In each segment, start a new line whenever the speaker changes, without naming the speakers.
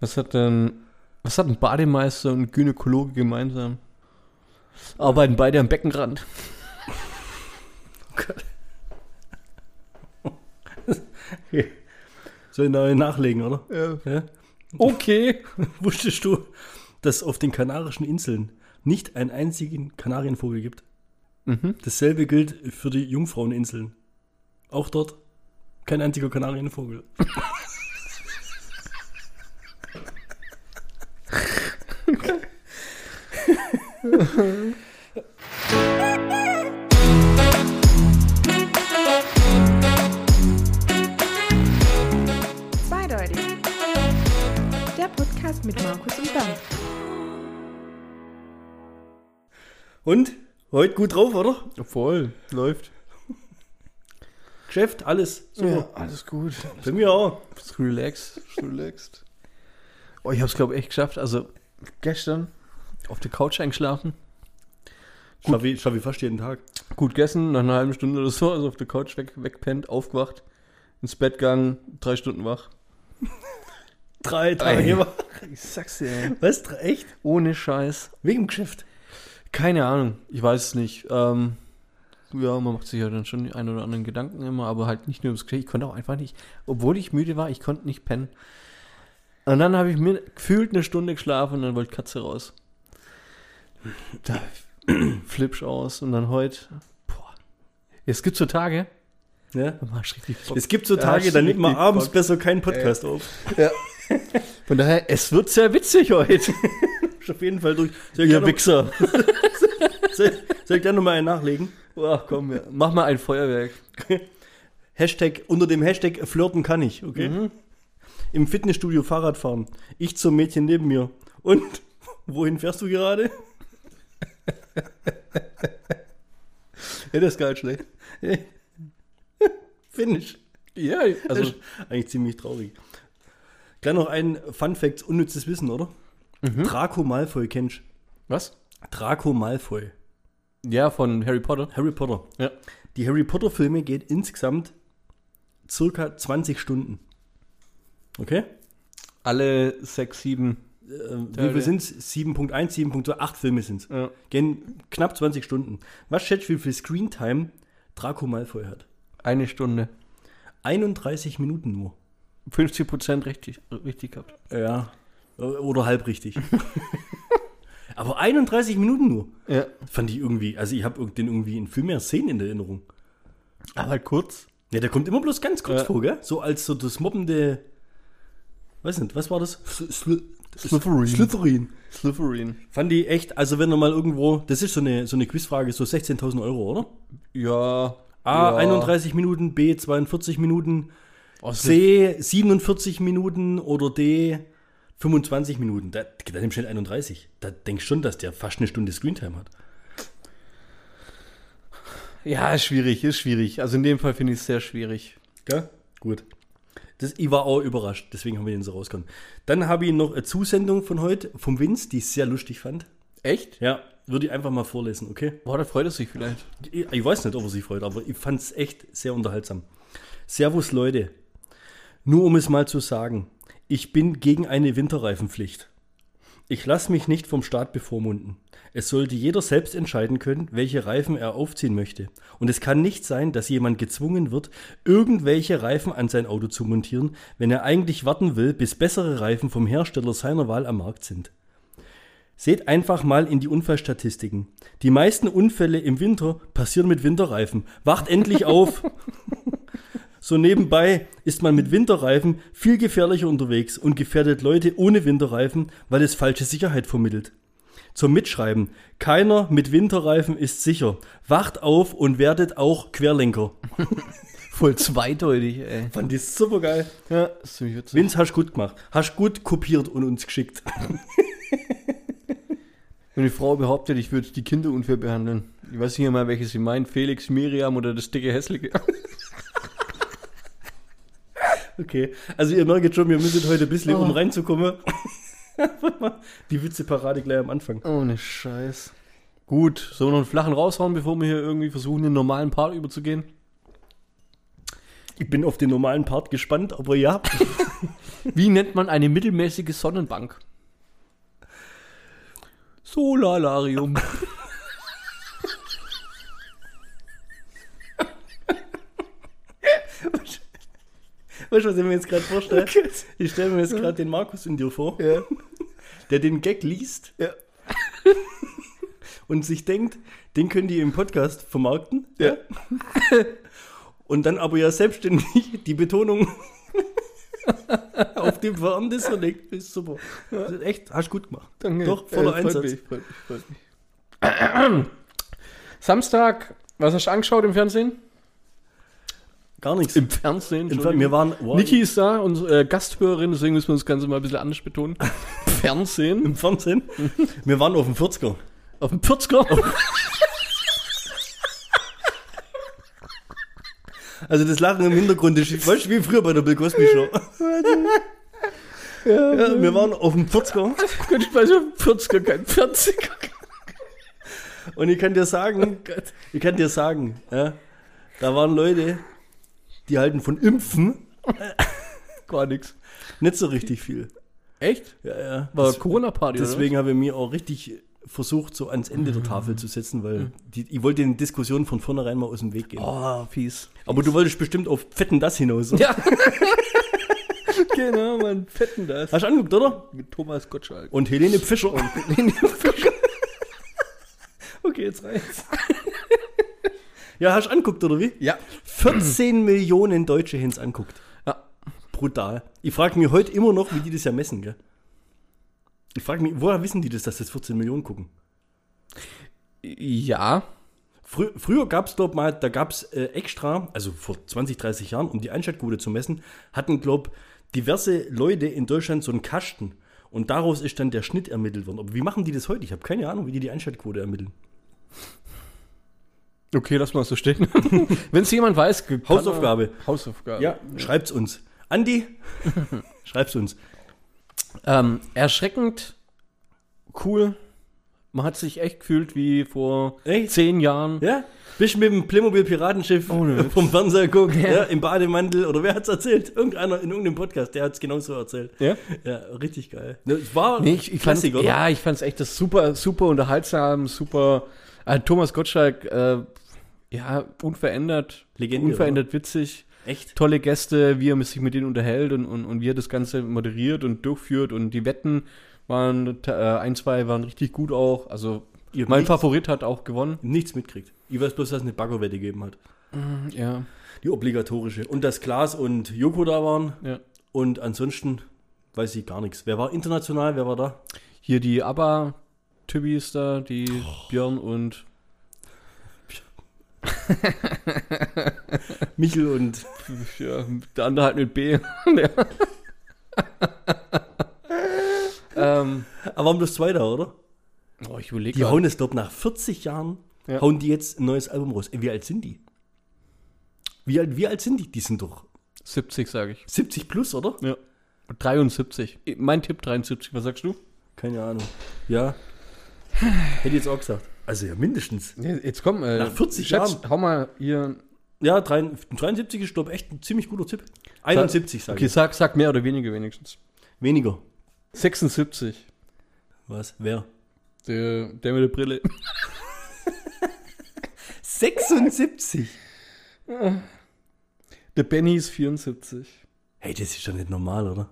Was hat denn, was hat ein Bademeister und ein Gynäkologe gemeinsam? Arbeiten beide am Beckenrand.
Okay. Soll ich neu nachlegen, oder?
Ja.
Ja?
Okay.
Wusstest du, dass auf den Kanarischen Inseln nicht einen einzigen Kanarienvogel gibt?
Mhm.
Dasselbe gilt für die Jungfraueninseln. Auch dort kein einziger Kanarienvogel.
Zweideutig. Der Podcast mit Markus und Bernd.
Und? Heute gut drauf, oder?
Voll. Läuft.
Geschäft, alles. Super.
alles gut.
Bei mir auch.
Bist relaxed. Bist relaxed. Oh, ich hab's, glaube ich, echt geschafft. Also, gestern auf der Couch eingeschlafen.
Schaffe ich, schaff ich fast jeden Tag.
Gut gegessen, nach einer halben Stunde oder so, also auf der Couch weg, wegpennt, aufgewacht, ins Bett gegangen, drei Stunden wach.
Drei Tage. wach.
Ich sag's dir, ey.
Was? Drei- Echt?
Ohne Scheiß.
Wegen dem Geschäft.
Keine Ahnung, ich weiß es nicht. Ähm, ja, man macht sich ja dann schon die einen oder anderen Gedanken immer, aber halt nicht nur ums Gespräch. Ich konnte auch einfach nicht, obwohl ich müde war, ich konnte nicht pennen. Und dann habe ich mir gefühlt eine Stunde geschlafen und dann wollte Katze raus. Da flipsch aus und dann heute. Boah. Es gibt so Tage,
Ja?
da mach ich richtig Bock.
Es gibt so
Ja,
Tage,
hast
da
du
nimmt man
richtig
abends
Bock.
besser keinen Podcast auf.
Von daher, es wird sehr witzig heute,
Ist auf jeden Fall durch. Soll ich
ihr
gleich noch-
Wichser.
soll- soll ich gleich nochmal einen nachlegen?
Boah, Oh, komm, ja. mach mal ein Feuerwerk.
Hashtag, unter dem Hashtag flirten kann ich, okay?
Mhm.
Im Fitnessstudio Fahrrad fahren. Ich zum Mädchen neben mir. Und wohin fährst du gerade?
Ja, das ist gar nicht schlecht.
Finish.
Ja,
Also
also
eigentlich ziemlich traurig. Gleich noch ein Fun Fact, unnützes Wissen, oder?
Mhm.
Draco Malfoy kennst du?
was?
Draco Malfoy.
Ja, von Harry Potter.
Harry Potter.
Ja.
Die Harry Potter Filme gehen insgesamt circa 20 Stunden. Okay?
Alle sechs, sieben.
Ähm, wie
Teile.
viel sind es? 7.1, 7.2, 8 Filme sind es.
Ja.
Gehen knapp 20 Stunden. Was schätzt, du, wie viel Screentime Draco Malfoy hat?
Eine Stunde.
31 Minuten nur.
50 Prozent richtig, richtig gehabt.
Ja. Äh, Oder halb richtig. Aber 31 Minuten nur.
Ja.
Fand ich irgendwie, also ich habe den irgendwie in viel mehr Szenen in Erinnerung.
Aber halt kurz.
Ja, der kommt immer bloß ganz kurz
Ja.
vor, gell? So als so das mobbende, weiß nicht, was war das? Sl- Sl-
Slytherin.
Slytherin.
Slytherin.
Fand ich echt, also wenn er mal irgendwo, das ist so eine, so eine Quizfrage, so 16.000 Euro, oder?
Ja.
A,
ja.
31 Minuten, B, 42 Minuten,
Oh, Slyth-
C, 47 Minuten oder D, 25 Minuten. Da, da nimmst du halt 31. Da denkst du schon, dass der fast eine Stunde Screentime hat.
ja, ist schwierig, ist schwierig. Also in dem Fall finde ich es sehr schwierig.
Ja, gut. Das, ich war auch überrascht, deswegen haben wir den so rausgekommen. Dann habe ich noch eine Zusendung von heute vom Vince, die ich sehr lustig fand.
Echt?
Ja, würde ich einfach mal vorlesen, okay?
Boah, da freut es sich vielleicht.
Ich, ich weiß nicht, ob er sich freut, aber ich fand es echt sehr unterhaltsam. Servus Leute. Nur um es mal zu sagen, ich bin gegen eine Winterreifenpflicht. Ich lasse mich nicht vom Staat bevormunden. Es sollte jeder selbst entscheiden können, welche Reifen er aufziehen möchte. Und es kann nicht sein, dass jemand gezwungen wird, irgendwelche Reifen an sein Auto zu montieren, wenn er eigentlich warten will, bis bessere Reifen vom Hersteller seiner Wahl am Markt sind. Seht einfach mal in die Unfallstatistiken. Die meisten Unfälle im Winter passieren mit Winterreifen. Wacht endlich auf! So nebenbei ist man mit Winterreifen viel gefährlicher unterwegs und gefährdet Leute ohne Winterreifen, weil es falsche Sicherheit vermittelt. Zum Mitschreiben. Keiner mit Winterreifen ist sicher. Wacht auf und werdet auch Querlenker.
Voll zweideutig, ey.
Fand ich super geil.
Ja, ist ziemlich witzig.
Vince, hast gut gemacht. Hast gut kopiert und uns geschickt.
Wenn die Frau behauptet, ich würde die Kinder unfair behandeln. Ich weiß nicht mal, welches sie meint. Felix, Miriam oder das dicke Hässliche.
Okay, also ihr merkt schon, wir müssen heute ein bisschen, um
Oh.
reinzukommen. Einfach mal Die Witzeparade gleich am Anfang.
Ohne Scheiß. Gut, sollen wir noch einen flachen raushauen, bevor wir hier irgendwie versuchen, den normalen Part überzugehen?
Ich bin auf den normalen Part gespannt, aber ja.
Wie nennt man eine mittelmäßige Sonnenbank? Solarium.
Weißt du, was ich mir jetzt gerade vorstelle? Ich stelle mir jetzt gerade den Markus in dir vor, der den Gag liest
Ja.
und sich denkt, den können die im Podcast vermarkten. Und dann aber ja selbstständig die Betonung auf dem Warmdisser legt. Ist super. Das ist echt, hast du gut gemacht. Doch, voller
Äh,
Einsatz.
Samstag, was hast du angeschaut im Fernsehen?
Gar nichts.
Im Fernsehen.
Im Fall, wir waren wow,
Niki ist da, unsere äh, Gasthörerin, deswegen müssen wir das Ganze mal ein bisschen anders betonen. Fernsehen.
im Fernsehen. Wir waren auf dem 40er.
Auf dem 40er.
Also das Lachen im Hintergrund ist, weißt du, wie früher bei der Bill Cosby Show. ja, wir waren auf dem 40er
Gut, ich weiß, auf dem 40er, kein 40er.
und ich kann dir sagen, ich kann dir sagen, ja, da waren Leute, die halten von Impfen
Gar nichts.
nicht so richtig viel.
Echt?
Ja, ja.
War
Des-
Äh, Corona-Party oder Mhm.
deswegen habe ich mir auch richtig versucht, so ans Ende der Tafel zu setzen, weil die, ich wollte den Diskussionen von vornherein mal aus dem Weg gehen.
was? Oh, fies.
Aber du wolltest bestimmt auf fetten das hinaus.
Ja. genau, man, fetten das.
Hast du angeguckt, oder?
Mit Thomas Gottschalk.
Und Helene Fischer.
Okay, jetzt reicht's.
Ja, hast du angeguckt, oder wie?
Ja.
14 Millionen Deutsche Hens anguckt.
Ja.
Brutal. Ich frage mich heute immer noch, wie die das ja messen, gell? Ich frage mich, woher wissen die das, dass das 14 Millionen gucken?
Ja.
Frü früher gab es, glaube mal, da gab es äh, extra, also vor 20, 30 Jahren, um die Einschaltquote zu messen, hatten, glaube diverse Leute in Deutschland so einen Kasten. Und daraus ist dann der Schnitt ermittelt worden. Aber wie machen die das heute? Ich habe keine Ahnung, wie die die Einschaltquote ermitteln.
Okay, lass mal so stehen. Wenn es jemand weiß, kann er-
Hausaufgabe.
Hausaufgabe.
Ja, schreibt's uns. Andi, schreibt's uns.
Ähm, erschreckend cool. Man hat sich echt gefühlt wie vor
Echt?
zehn Jahren.
Ja? Bist du mit dem Playmobil-Piratenschiff
Ohne Witz.
vom Fernseher guckt, ja.
Ja.
im Bademantel oder wer hat's erzählt? Irgendeiner in irgendeinem Podcast, der hat's genauso erzählt.
Ja?
Ja, richtig geil. Ne, Es war
Nee, ich, ich fand's,
Klassik, oder?
Ja, ich fand's echt das super, super unterhaltsam, super. Äh, Thomas Gottschalk, äh, ja, unverändert.
Legende,
Unverändert witzig.
Echt?
Tolle Gäste, wie er sich mit denen unterhält und, und, und wie er das Ganze moderiert und durchführt. Und die Wetten waren, äh, ein, zwei waren richtig gut auch. Also,
Ihr habt
mein
nichts-
Favorit hat auch gewonnen.
Nichts mitkriegt. Ich weiß bloß, dass es eine Baggerwette gegeben hat.
Mhm, Ja,
Die obligatorische. Und dass Klaas und Joko da waren.
ja.
Und ansonsten weiß ich gar nichts. Wer war international? Wer war da?
Hier die abba tübis da, die Björn und
Michel und
ja, der andere halt mit B. Ja. ähm,
Aber waren bloß zwei da, oder?
oh, ich überlege
Die hauen es, glaube nach 40 Jahren,
Ja.
hauen die jetzt ein neues Album raus. Ey, Wie alt sind die? Wie alt, wie alt sind die? Die sind doch
70, sage ich.
70 plus, oder?
Ja. 73. Eh, Mein Tipp 73, was sagst du?
Keine Ahnung. Ja. Hätte ich jetzt auch gesagt. Also ja, mindestens.
Jetzt komm, äh,
Nach 40
Schatz,
Jahren.
hau mal hier.
Ja, 73, 73 ist, glaube echt ein ziemlich guter Tipp. 71, sage
Okay,
ich.
sag, sag mehr oder weniger wenigstens.
Weniger.
76.
Was? Wer?
Der, der mit der Brille.
76?
Der Benny ist 74.
Hey, das ist doch nicht normal, oder?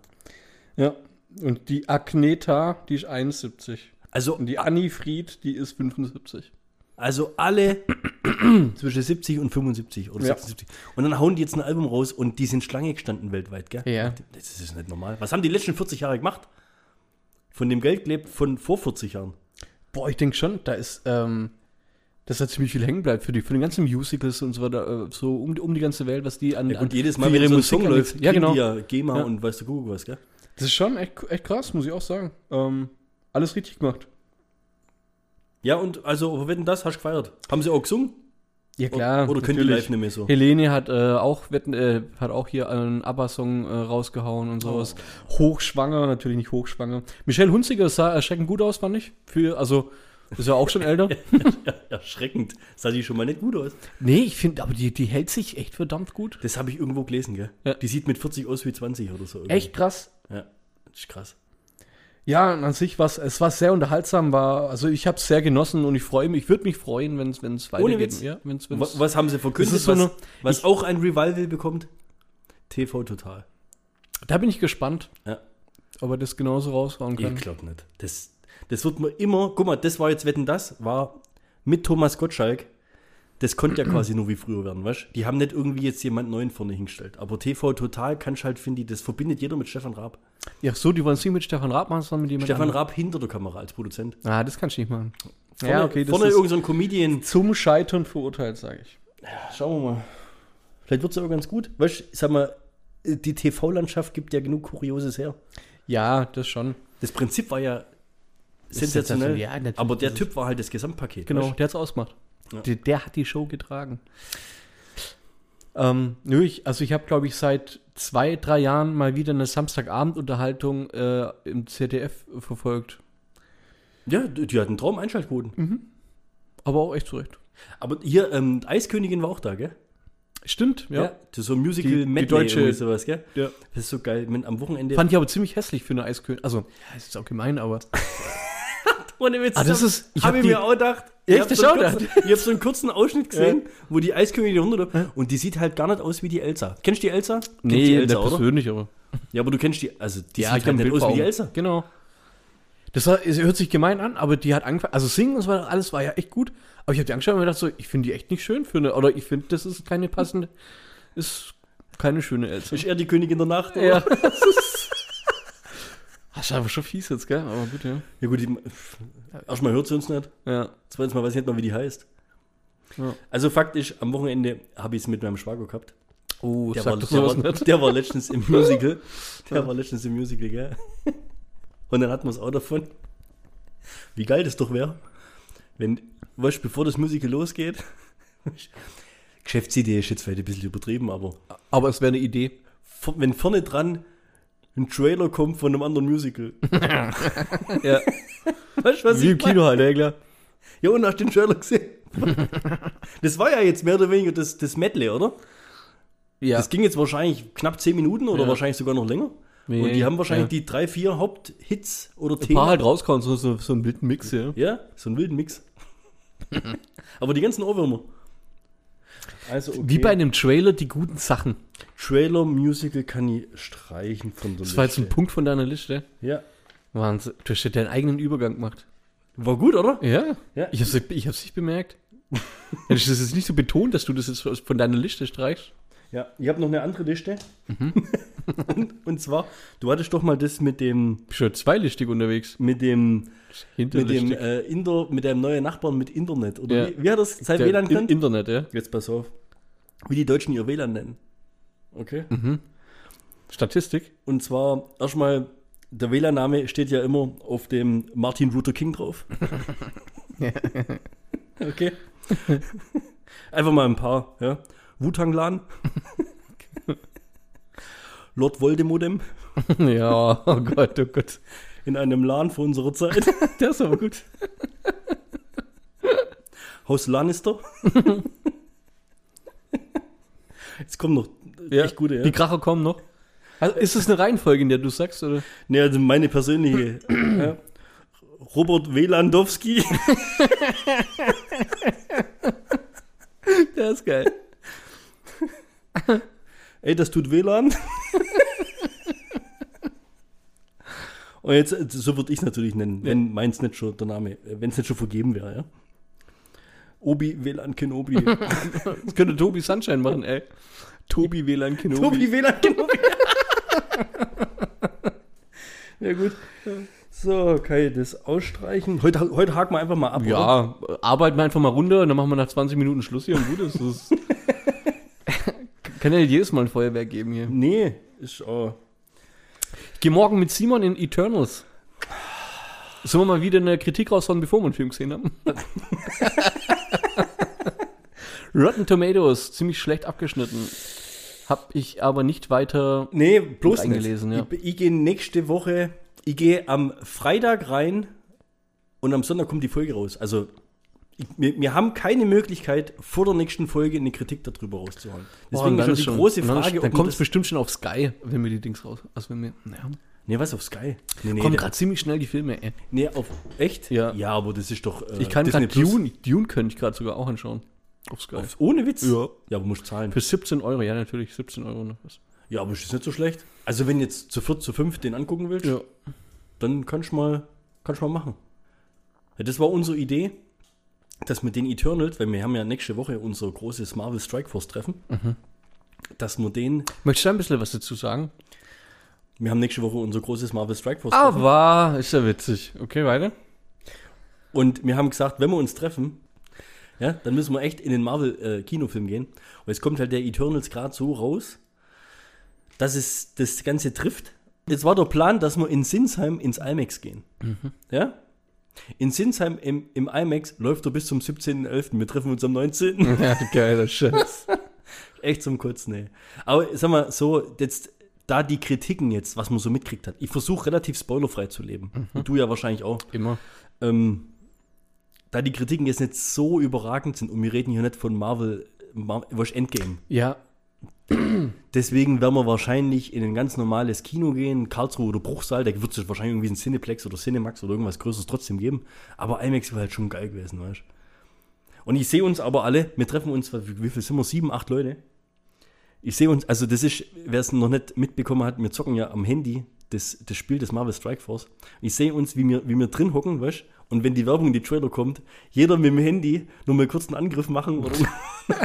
Ja. Und die Agneta, die ist 71.
Also,
Und die Anni Fried, die ist 75.
also alle zwischen 70 und 75 oder
Ja.
76. Und dann hauen die jetzt ein Album raus und die sind Schlange gestanden weltweit, gell?
Ja.
Das ist nicht normal. Was haben die letzten 40 Jahre gemacht? Von dem Geld gelebt von vor 40 Jahren.
Boah, ich denke schon, da ist, ähm, dass da ziemlich viel hängen bleibt für die, für den ganzen Musicals und so weiter, äh, so um, um die ganze Welt, was die an,
Ja,
an
gut, jedes
für
Mal, wenn
ihre
so
Musik
ein Song
an-
läuft,
ja
kriegen
genau.
die ja GEMA
Ja.
und weißt du Google was, gell?
Das ist schon echt, echt krass, muss ich auch sagen. Ähm, alles richtig gemacht.
Ja, und also, wenn das, hast du gefeiert. Haben sie auch gesungen?
Ja
Oder können die live nicht mehr so?
Helene hat äh, auch Wetten, äh, hat auch hier einen ABBA-Song äh, rausgehauen und sowas. Hochschwanger, natürlich nicht hochschwanger. Michelle Hunziker sah erschreckend gut aus, fand ich. Für, also Ist ja auch schon älter.
Erschreckend. Sah die schon mal nicht gut aus.
nee, ich finde, aber die, die hält sich echt verdammt gut.
Das habe ich irgendwo gelesen, gell?
Ja.
Die sieht mit 40 aus wie 20 oder so. irgendwie.
Echt krass.
Ja, das ist krass.
Ja, und an sich war es war sehr unterhaltsam, war, also ich habe es sehr genossen und ich freue mich, ich würde mich freuen, wenn es weitergeht.
Witz.
Ja, wenn's,
Wa-
wenn's,
was haben sie verkündet,
Das ist so eine-
was, was auch ein Revival bekommt? TV Total.
da bin ich gespannt,
Ja.
ob er das genauso raushauen kann.
Ich glaube nicht. Das, das wird man immer, guck mal, das war jetzt Wetten, das war mit Thomas Gottschalk. Das konnte ja quasi nur wie früher werden, weißt du? Die haben nicht irgendwie jetzt jemand Neuen vorne hingestellt. Aber TV Total kannst halt, finde ich, das verbindet jeder mit Stefan Raab.
Ja, so, die wollen es nicht mit Stefan Raab machen, sondern mit jemand
Stefan
anderem.
Raab hinter der Kamera als Produzent.
Ah, das kannst du nicht machen.
Vorne, vorne irgend so ein Comedian.
zum Scheitern verurteilt, sage ich.
Schauen wir mal. Vielleicht wird es auch ganz gut. Weißt du, ich sag mal, äh, die TV-Landschaft gibt ja genug Kurioses her.
Ja, das schon.
Das Prinzip war ja
sensationell,
sensationell.
ja, natürlich.
aber der
Das
Typ war halt das Gesamtpaket.
Genau,
weißt
der hat's ausgemacht.
Ja.
Der, der hat die Show getragen. Ähm, nö, ich, also ich habe, glaube ich, seit zwei, drei Jahren mal wieder eine Samstagabendunterhaltung äh, im ZDF verfolgt.
du? Ja, die die hatten Traum-Einschaltquoten.
Mhm. Aber auch echt zurecht.
Aber hier, ähm, die Eiskönigin war auch da, gell?
Stimmt, ja.
Das ist so ein Musical
Die- die
Medley
deutsche-
irgendwie sowas, gell?
Ja.
Das ist so geil, wenn am Wochenende.
Fand ich aber ziemlich hässlich für eine Eiskönigin. Also, ja, ist jetzt auch gemein, aber.
Ohne Witz.
Ah, das
hab-
ist- ich
hab
hab
ich
die-
mir auch gedacht.
Echt?
Ich hab
Das
so einen
schaut er.
kurzen- ich hab so einen kurzen Ausschnitt gesehen, wo die Eiskönigin runter. Und die sieht halt gar nicht aus wie die Elsa. Kennst du die Elsa? Kennst du die Elsa, oder?
persönlich, aber.
Ja, aber du kennst die. Also, die
Ja, ich
sieht halt
kann
nicht
Bild
aus wie die
vor Augen.
Elsa.
Genau. Das war, es hört sich gemein an, aber die hat angefangen. Also singen und so weiter, alles war ja echt gut. Aber ich habe die angeschaut und mir gedacht so, ich finde die echt nicht schön für eine. Oder ich finde, das ist keine passende. Ist keine schöne Elsa.
Ist eher die Königin der Nacht. oder?
das ist aber schon fies jetzt, gell? Aber gut, ja.
Ja gut, die- erstmal hört sie uns nicht.
Ja.
Zweitens mal weiß ich nicht mal, wie die heißt.
Ja.
Also Fakt ist, am Wochenende habe ich es mit meinem Schwager gehabt.
Oh,
Der war,
sagt doch
der,
sowas
war,
nicht.
der war letztens im Musical. Der
Ja.
war letztens im Musical, gell? Und dann hatten wir es auch davon. Wie geil das doch wäre, wenn, weißt, du, bevor das Musical losgeht, Geschäftsidee ist jetzt vielleicht ein bisschen übertrieben, aber
Aber es wäre eine Idee.
vor- wenn vorne dran ein Trailer kommt von einem anderen Musical.
Ja.
Weißt du, was
Wie im
meine?
Kino halt, ja klar.
Ja, und hast den Trailer gesehen. Das war ja jetzt mehr oder weniger das, das Medley, oder?
Ja.
Das ging jetzt wahrscheinlich knapp 10 Minuten oder
Ja.
wahrscheinlich sogar noch länger.
Nee,
und die haben wahrscheinlich
ja.
die drei, vier Haupthits oder
ein paar
Themen.
halt rauskommen, so, so, so einen wilden Mix, ja.
Ja, so einen wilden Mix. Aber die ganzen Ohrwürmer. Also okay.
Wie bei einem Trailer die guten Sachen.
Trailer Musical kann ich streichen von der
Das war jetzt ein
Liste.
Punkt von deiner Liste.
Ja.
Wahnsinn. Du hast ja deinen eigenen Übergang gemacht.
War gut, oder?
Ja,
Ja.
ich hab's, ich hab's nicht bemerkt. Hättest du das jetzt nicht so betont, dass du das jetzt von deiner Liste streichst?
Ja, ich habe noch eine andere Liste.
Mhm.
und, und zwar, du hattest doch mal das mit dem,
Bist du ja zweilistig unterwegs?
mit dem Mit
Hinterlistig.
dem, äh, Inder, mit deinem neuen Nachbarn mit Internet. Oder
Ja.
wie, wie hat das sein
Der-
WLAN
im
genannt?
Internet, ja.
Jetzt pass auf. Wie die Deutschen ihr WLAN nennen. Okay.
Mhm. Statistik.
Und zwar erstmal, der WLAN-Name steht ja immer auf dem Martin Luther King drauf. okay. Einfach mal ein paar. Ja. Wutanglan. Lord Voldemodem
ja, oh Gott, oh Gott.
in einem LAN vor unserer Zeit.
Der ist aber gut.
Haus Lannister. Jetzt kommen noch
Ja.
echt gute, ja.
Die Kracher kommen noch. Also, ist das eine Reihenfolge, in der du sagst, oder?
Nee, also meine persönliche. ja. Robert Welandowski.
Der ist geil.
Ey, das tut WLAN. Und jetzt, so würde ich es natürlich nennen, wenn meins nicht schon der Name, wenn es nicht schon vergeben wäre, ja. Obi WLAN Kenobi.
Das könnte Tobi Sunshine machen, ey. Tobi WLAN Kenobi.
Tobi WLAN Kenobi. ja, gut. So, Kai, das ausstreichen. Heute, heute haken wir einfach mal ab. oder?
Ja, äh, arbeiten wir einfach mal runter und dann machen wir nach 20 Minuten Schluss hier und gut ist es. Kann ja nicht jedes Mal ein Feuerwerk geben hier.
Nee, ist äh, auch.
Ich gehe morgen mit Simon in Eternals. Sollen wir mal wieder eine Kritik raushauen, bevor wir einen Film gesehen haben? Rotten Tomatoes, ziemlich schlecht abgeschnitten. Hab ich aber nicht weiter.
Nee, bloß
Mit eingelesen,
nicht. Ich, ich gehe nächste Woche, ich gehe am Freitag rein Und am Sonntag kommt die Folge raus. Also ich, wir, wir haben keine Möglichkeit, vor der nächsten Folge eine Kritik darüber rauszuhauen. Deswegen ist schon die große
Oh, und dann,
Frage,
Dann
wir
kommt es
das-
bestimmt schon auf Sky, wenn wir die Dings raus. Also wenn wir. Naja.
Nee, was auf Sky? Nee, nee,
kommen
der-
gerade ziemlich schnell die Filme, ey.
nee auf echt?
Ja.
Ja, aber das ist doch äh,
Ich kann
Disney
gerade
Plus.
Dune, Dune könnte ich gerade sogar auch anschauen. Auf Sky.
Auf, ohne Witz.
Ja.
ja, aber musst zahlen.
Für 17 Euro, ja natürlich, 17 Euro noch was.
Ja, aber ist das nicht so schlecht. Also wenn jetzt zu viert, zu fünf den angucken willst,
Ja.
dann kannst du mal, kannst du mal machen. Ja, das war unsere Idee, dass wir den Eternals, weil wir haben ja nächste Woche unser großes Marvel Strike Force Treffen,
Mhm.
dass wir den,
Möchtest du da ein bisschen was dazu sagen?
wir haben nächste Woche unser großes Marvel Strike Force Treffen
Aber ist ja witzig. Okay, weiter.
und wir haben gesagt, wenn wir uns treffen, ja, dann müssen wir echt in den Marvel äh, Kinofilm gehen. Und jetzt kommt halt der Eternals gerade so raus, dass es das Ganze trifft. Jetzt war der Plan, dass wir in Sinsheim ins IMAX gehen. Ja? In Sinsheim im, im IMAX läuft er bis zum 17.11. Wir treffen uns am 19.
Ja, geiler Scheiß.
Echt zum Kotzen, ey. Aber sag mal, so, jetzt, da die Kritiken jetzt, was man so mitkriegt hat, ich versuche relativ spoilerfrei zu leben. Und du ja wahrscheinlich auch.
Immer.
Ähm, da die Kritiken jetzt nicht so überragend sind und wir reden hier nicht von Marvel, Mar Wash Endgame.
Ja,
Deswegen werden wir wahrscheinlich in ein ganz normales Kino gehen, Karlsruhe oder Bruchsal, da wird es wahrscheinlich irgendwie ein Cineplex oder Cinemax oder irgendwas Größeres trotzdem geben. Aber IMAX wäre halt schon geil gewesen, weißt du. Und ich sehe uns aber alle, wir treffen uns, wie, wie viel sind wir? Sieben, acht Leute? Ich sehe uns, also das ist, wer es noch nicht mitbekommen hat, wir zocken ja am Handy das, das Spiel des Marvel Strike Force. Ich sehe uns, wie wir, wie wir drin hocken, weißt du? Und wenn die Werbung, die Trailer kommt, jeder mit dem Handy nur mal kurz einen Angriff machen oder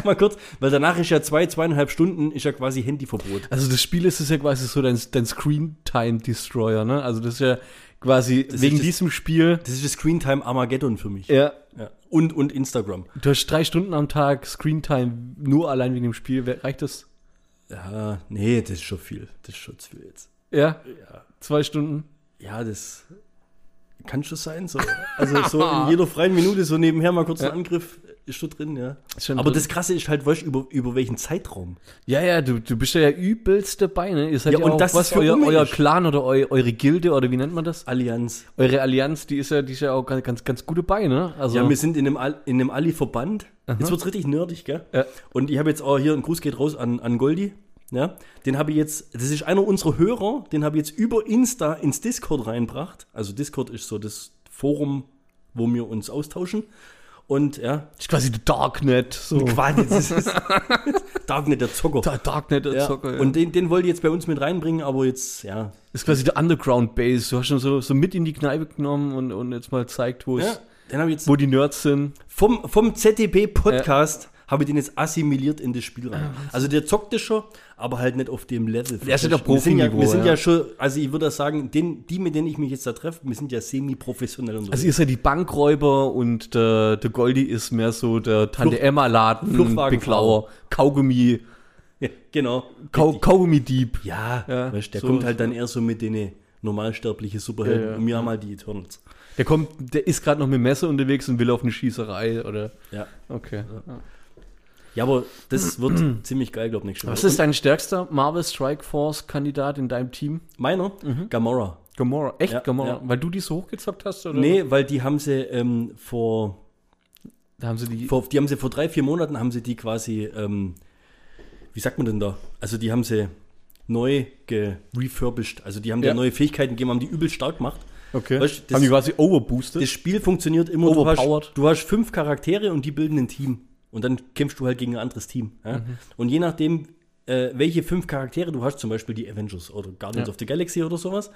mal kurz, weil danach ist ja zwei, zweieinhalb Stunden, ist ja quasi Handyverbot.
Also das Spiel ist es ja quasi so dein, dein Screen Time Destroyer, ne? Also das ist ja quasi
ist
wegen
das-
diesem Spiel.
Das ist das Screentime Armageddon für mich.
Ja.
Ja. Und, und Instagram.
Du hast drei Stunden am Tag Screen Time nur allein wegen dem Spiel. Wer- Reicht das?
Ja, nee, das ist schon viel. Das ist schon zu viel jetzt.
Ja,
Ja,
zwei Stunden.
ja das kann schon sein. So. Also so in jeder freien Minute so nebenher mal kurz ein Angriff ist schon drin, ja.
Ist schon
Aber
drin.
das Krasse ist halt, weißt du, über, über welchen Zeitraum?
Ja, ja, du, du bist ja, ja übelst dabei, ne? Ihr seid ja,
Ja, und
auch,
das
was
ist ja
euer, euer
unmöglich.
Clan oder eu, eure Gilde oder wie nennt man das?
Allianz.
Eure Allianz, die ist ja, die ist ja auch ganz, ganz, ganz gut dabei, ne? Also
Ja, wir sind in einem, Al in einem Alli-Verband. Jetzt wird's richtig nerdig, gell?
Ja.
Und ich habe jetzt auch hier einen Gruß geht raus an, an Goldi. Ja, den habe ich jetzt, das ist einer unserer Hörer, den habe ich jetzt über Insta ins Discord reinbracht. Also Discord ist so das Forum, wo wir uns austauschen. Und ja,
ist quasi der Darknet, so.
quasi, das ist Darknet der Zocker.
Der Darknet der
ja.
Zocker, ja.
Und den, den wollte ich jetzt bei uns mit reinbringen, aber jetzt, ja,
ist quasi der Underground Base. Du hast schon so, so mit in die Kneipe genommen und, und jetzt mal zeigt, wo es
ja den habe ich jetzt
wo die Nerds sind.
vom, vom ZDP-Podcast habe ich den jetzt assimiliert in das Spiel rein. Also der zockt das schon, aber halt nicht auf dem Level.
Ah, Der ist nicht auf
wir sind, ja, wir
Profiniveau,
sind
ja.
ja schon, also ich würde das sagen, den, die, mit denen ich mich jetzt da treffe, wir sind ja semi-professionell und so.
Also ihr seid die Bankräuber und der, der Goldi ist mehr so der Tante Emma Laden,
Fluchtwagenfahrer.
Beklauer, Kaugummi,
ja, genau.
Kau, Kaugummi-Dieb.
ja,
Ja,
weißt, der
so-
kommt halt dann eher so mit den normalsterblichen Superhelden
Ja, ja.
und wir haben halt die Eternals.
Der kommt, der ist gerade noch mit Messer unterwegs und will auf eine Schießerei oder.
Ja.
Okay.
ja, aber das wird ziemlich geil, glaube ich, nächste
Was
Woche.
ist dein stärkster Marvel Strike Force Kandidat in deinem Team?
Meiner?
Mhm.
Gamora.
Gamora. Echt
Ja,
Gamora?
ja.
Weil du die so hochgezockt hast oder?
Nee, weil die haben sie ähm, vor
Da haben sie die.
Vor, die haben sie vor drei, vier Monaten haben sie die quasi, ähm, wie sagt man denn da? Also die haben sie neu gerefurbished. Also die haben
Ja.
dir neue Fähigkeiten gegeben, haben die übel stark gemacht.
Okay.
Weißt du, das-
haben die quasi overboosted?
Das Spiel funktioniert immer, du hast,
Overpowered.
du hast fünf Charaktere und die bilden ein Team. Und dann kämpfst du halt gegen ein anderes Team. Ja?
Mhm.
Und je nachdem, äh, welche fünf Charaktere du hast, zum Beispiel die Avengers oder Guardians
Ja.
of the Galaxy oder sowas,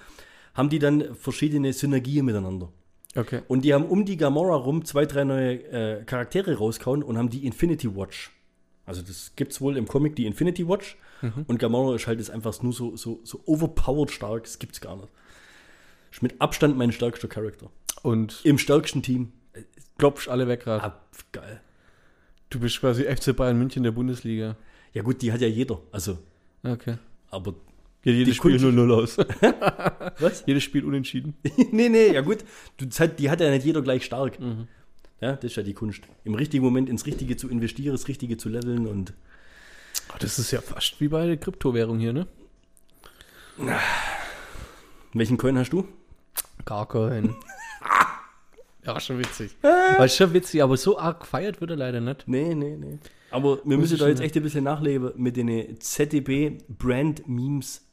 haben die dann verschiedene Synergien miteinander.
Okay.
Und die haben um die Gamora rum zwei, drei neue äh, Charaktere rauskauen und haben die Infinity Watch. Also das gibt's wohl im Comic, die Infinity Watch. Und Gamora ist halt jetzt einfach nur so, so, so overpowered stark, das gibt's gar nicht. Ist mit Abstand mein stärkster Charakter.
Und
Im stärksten Team.
klopfst alle weg gerade.
Ah, geil.
Du bist quasi FC Bayern München der Bundesliga.
Ja gut, die hat ja jeder. Also,
Okay.
aber
Geht jedes
Die Kunst-
0-0 aus.
was?
jedes Spiel unentschieden.
nee, nee, ja gut. Du, das hat, die hat ja nicht jeder gleich stark. Ja, das ist ja die Kunst. Im richtigen Moment ins Richtige zu investieren, das Richtige zu leveln und
das ist ja fast wie bei der Kryptowährung hier, ne?
welchen Coin hast du?
Gar kein. Ja, war schon witzig. War schon witzig, aber so arg gefeiert wird er leider nicht.
Nee, nee, nee. Aber wir müssen
ich
da jetzt
schon-
echt ein bisschen nachleben mit den äh, ZDB-Brand-Memes.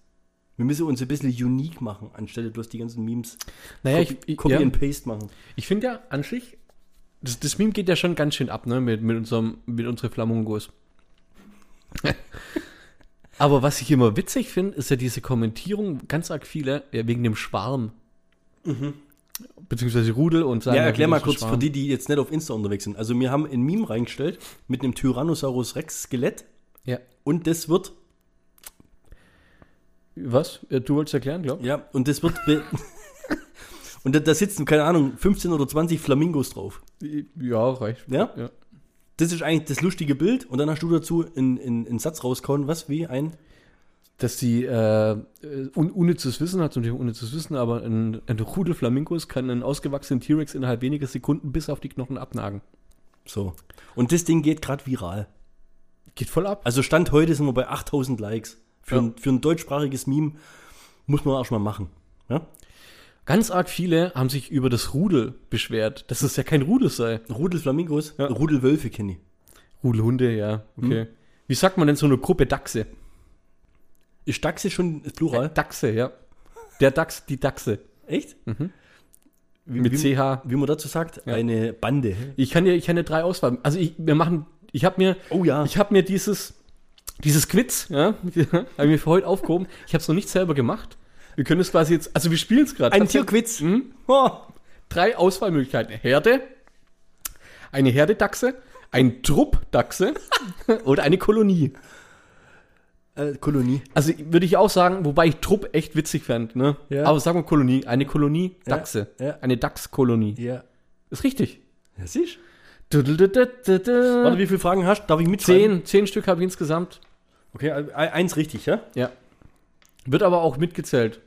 Wir müssen uns ein bisschen unique machen, anstelle bloß die ganzen Memes.
Naja,
Copy,
ich, ich,
Copy
ja,
and Paste machen.
ich finde ja an sich, das, das Meme geht ja schon ganz schön ab, ne, mit, mit, unserem, mit unseren Flamungos. aber was ich immer witzig finde, ist ja diese Kommentierung ganz arg viele, ja, wegen dem Schwarm. Beziehungsweise Rudel und sagen,
Mhm. Ja, erklär
Rudel
mal
ist ein
kurz für
Schwarm.
die, die jetzt nicht auf Insta unterwegs sind. Also, wir haben ein Meme reingestellt mit einem Tyrannosaurus Rex Skelett
Ja.
und das wird,
Was? Äh, Du wolltest erklären, glaub ich?
ja, und das wird. be- und da, da sitzen, keine Ahnung, 15 oder 20 Flamingos drauf.
Ja, reicht.
Ja?
ja.
Das ist eigentlich das lustige Bild und dann hast du dazu einen, einen, einen Satz rausgehauen, was wie ein.
dass die äh, äh, un unnützes Wissen hat, zum Thema unnützes Wissen, aber ein, ein Rudel Flamingos kann einen ausgewachsenen T-Rex innerhalb weniger Sekunden bis auf die Knochen abnagen.
So. Und das Ding geht gerade viral.
Geht voll ab.
Also Stand heute sind wir bei 8000 Likes. Für,
Ja.
ein, für ein deutschsprachiges Meme muss man auch schon mal machen. Ja?
Ganz arg viele haben sich über das Rudel beschwert, dass es ja kein Rudel sei.
Rudel Flamingos,
Ja.
Rudel Wölfe kenne ich.
Rudelhunde, ja, okay. Hm. Wie sagt man denn so eine Gruppe Dachse?
Ist Dachse schon Plural?
Dachse, ja. Der Dachs, die Dachse.
Echt? Wie,
Mit
wie,
CH.
wie man dazu sagt, eine Bande.
Ich kann ja, ich kann ja drei Auswahl. Also ich, wir machen, ich habe mir,
Oh ja.
ich habe mir dieses, dieses Quiz, ja, habe ich mir für heute aufgehoben. Ich habe es noch nicht selber gemacht. Wir können es quasi jetzt, also wir spielen es gerade.
Ein
Tatsächlich-
Tierquiz.
Mhm.
Oh.
Drei Auswahlmöglichkeiten. Herde, eine Herdedachse, ein Trupp Dachse oder eine Kolonie.
Äh, Kolonie.
Also würde ich auch sagen, wobei ich Trupp echt witzig fand, ne?
Ja.
Aber sagen wir Kolonie, eine Kolonie
Ja,
Dachse,
ja.
eine Dachskolonie.
Ja.
Ist richtig.
Ja, siehst du? Warte,
Warte,
wie viele Fragen hast du? Darf ich mitschreiben?
zehn, zehn Stück habe ich insgesamt.
Okay, äh, ein- eins richtig, ja?
Ja. Wird aber auch mitgezählt.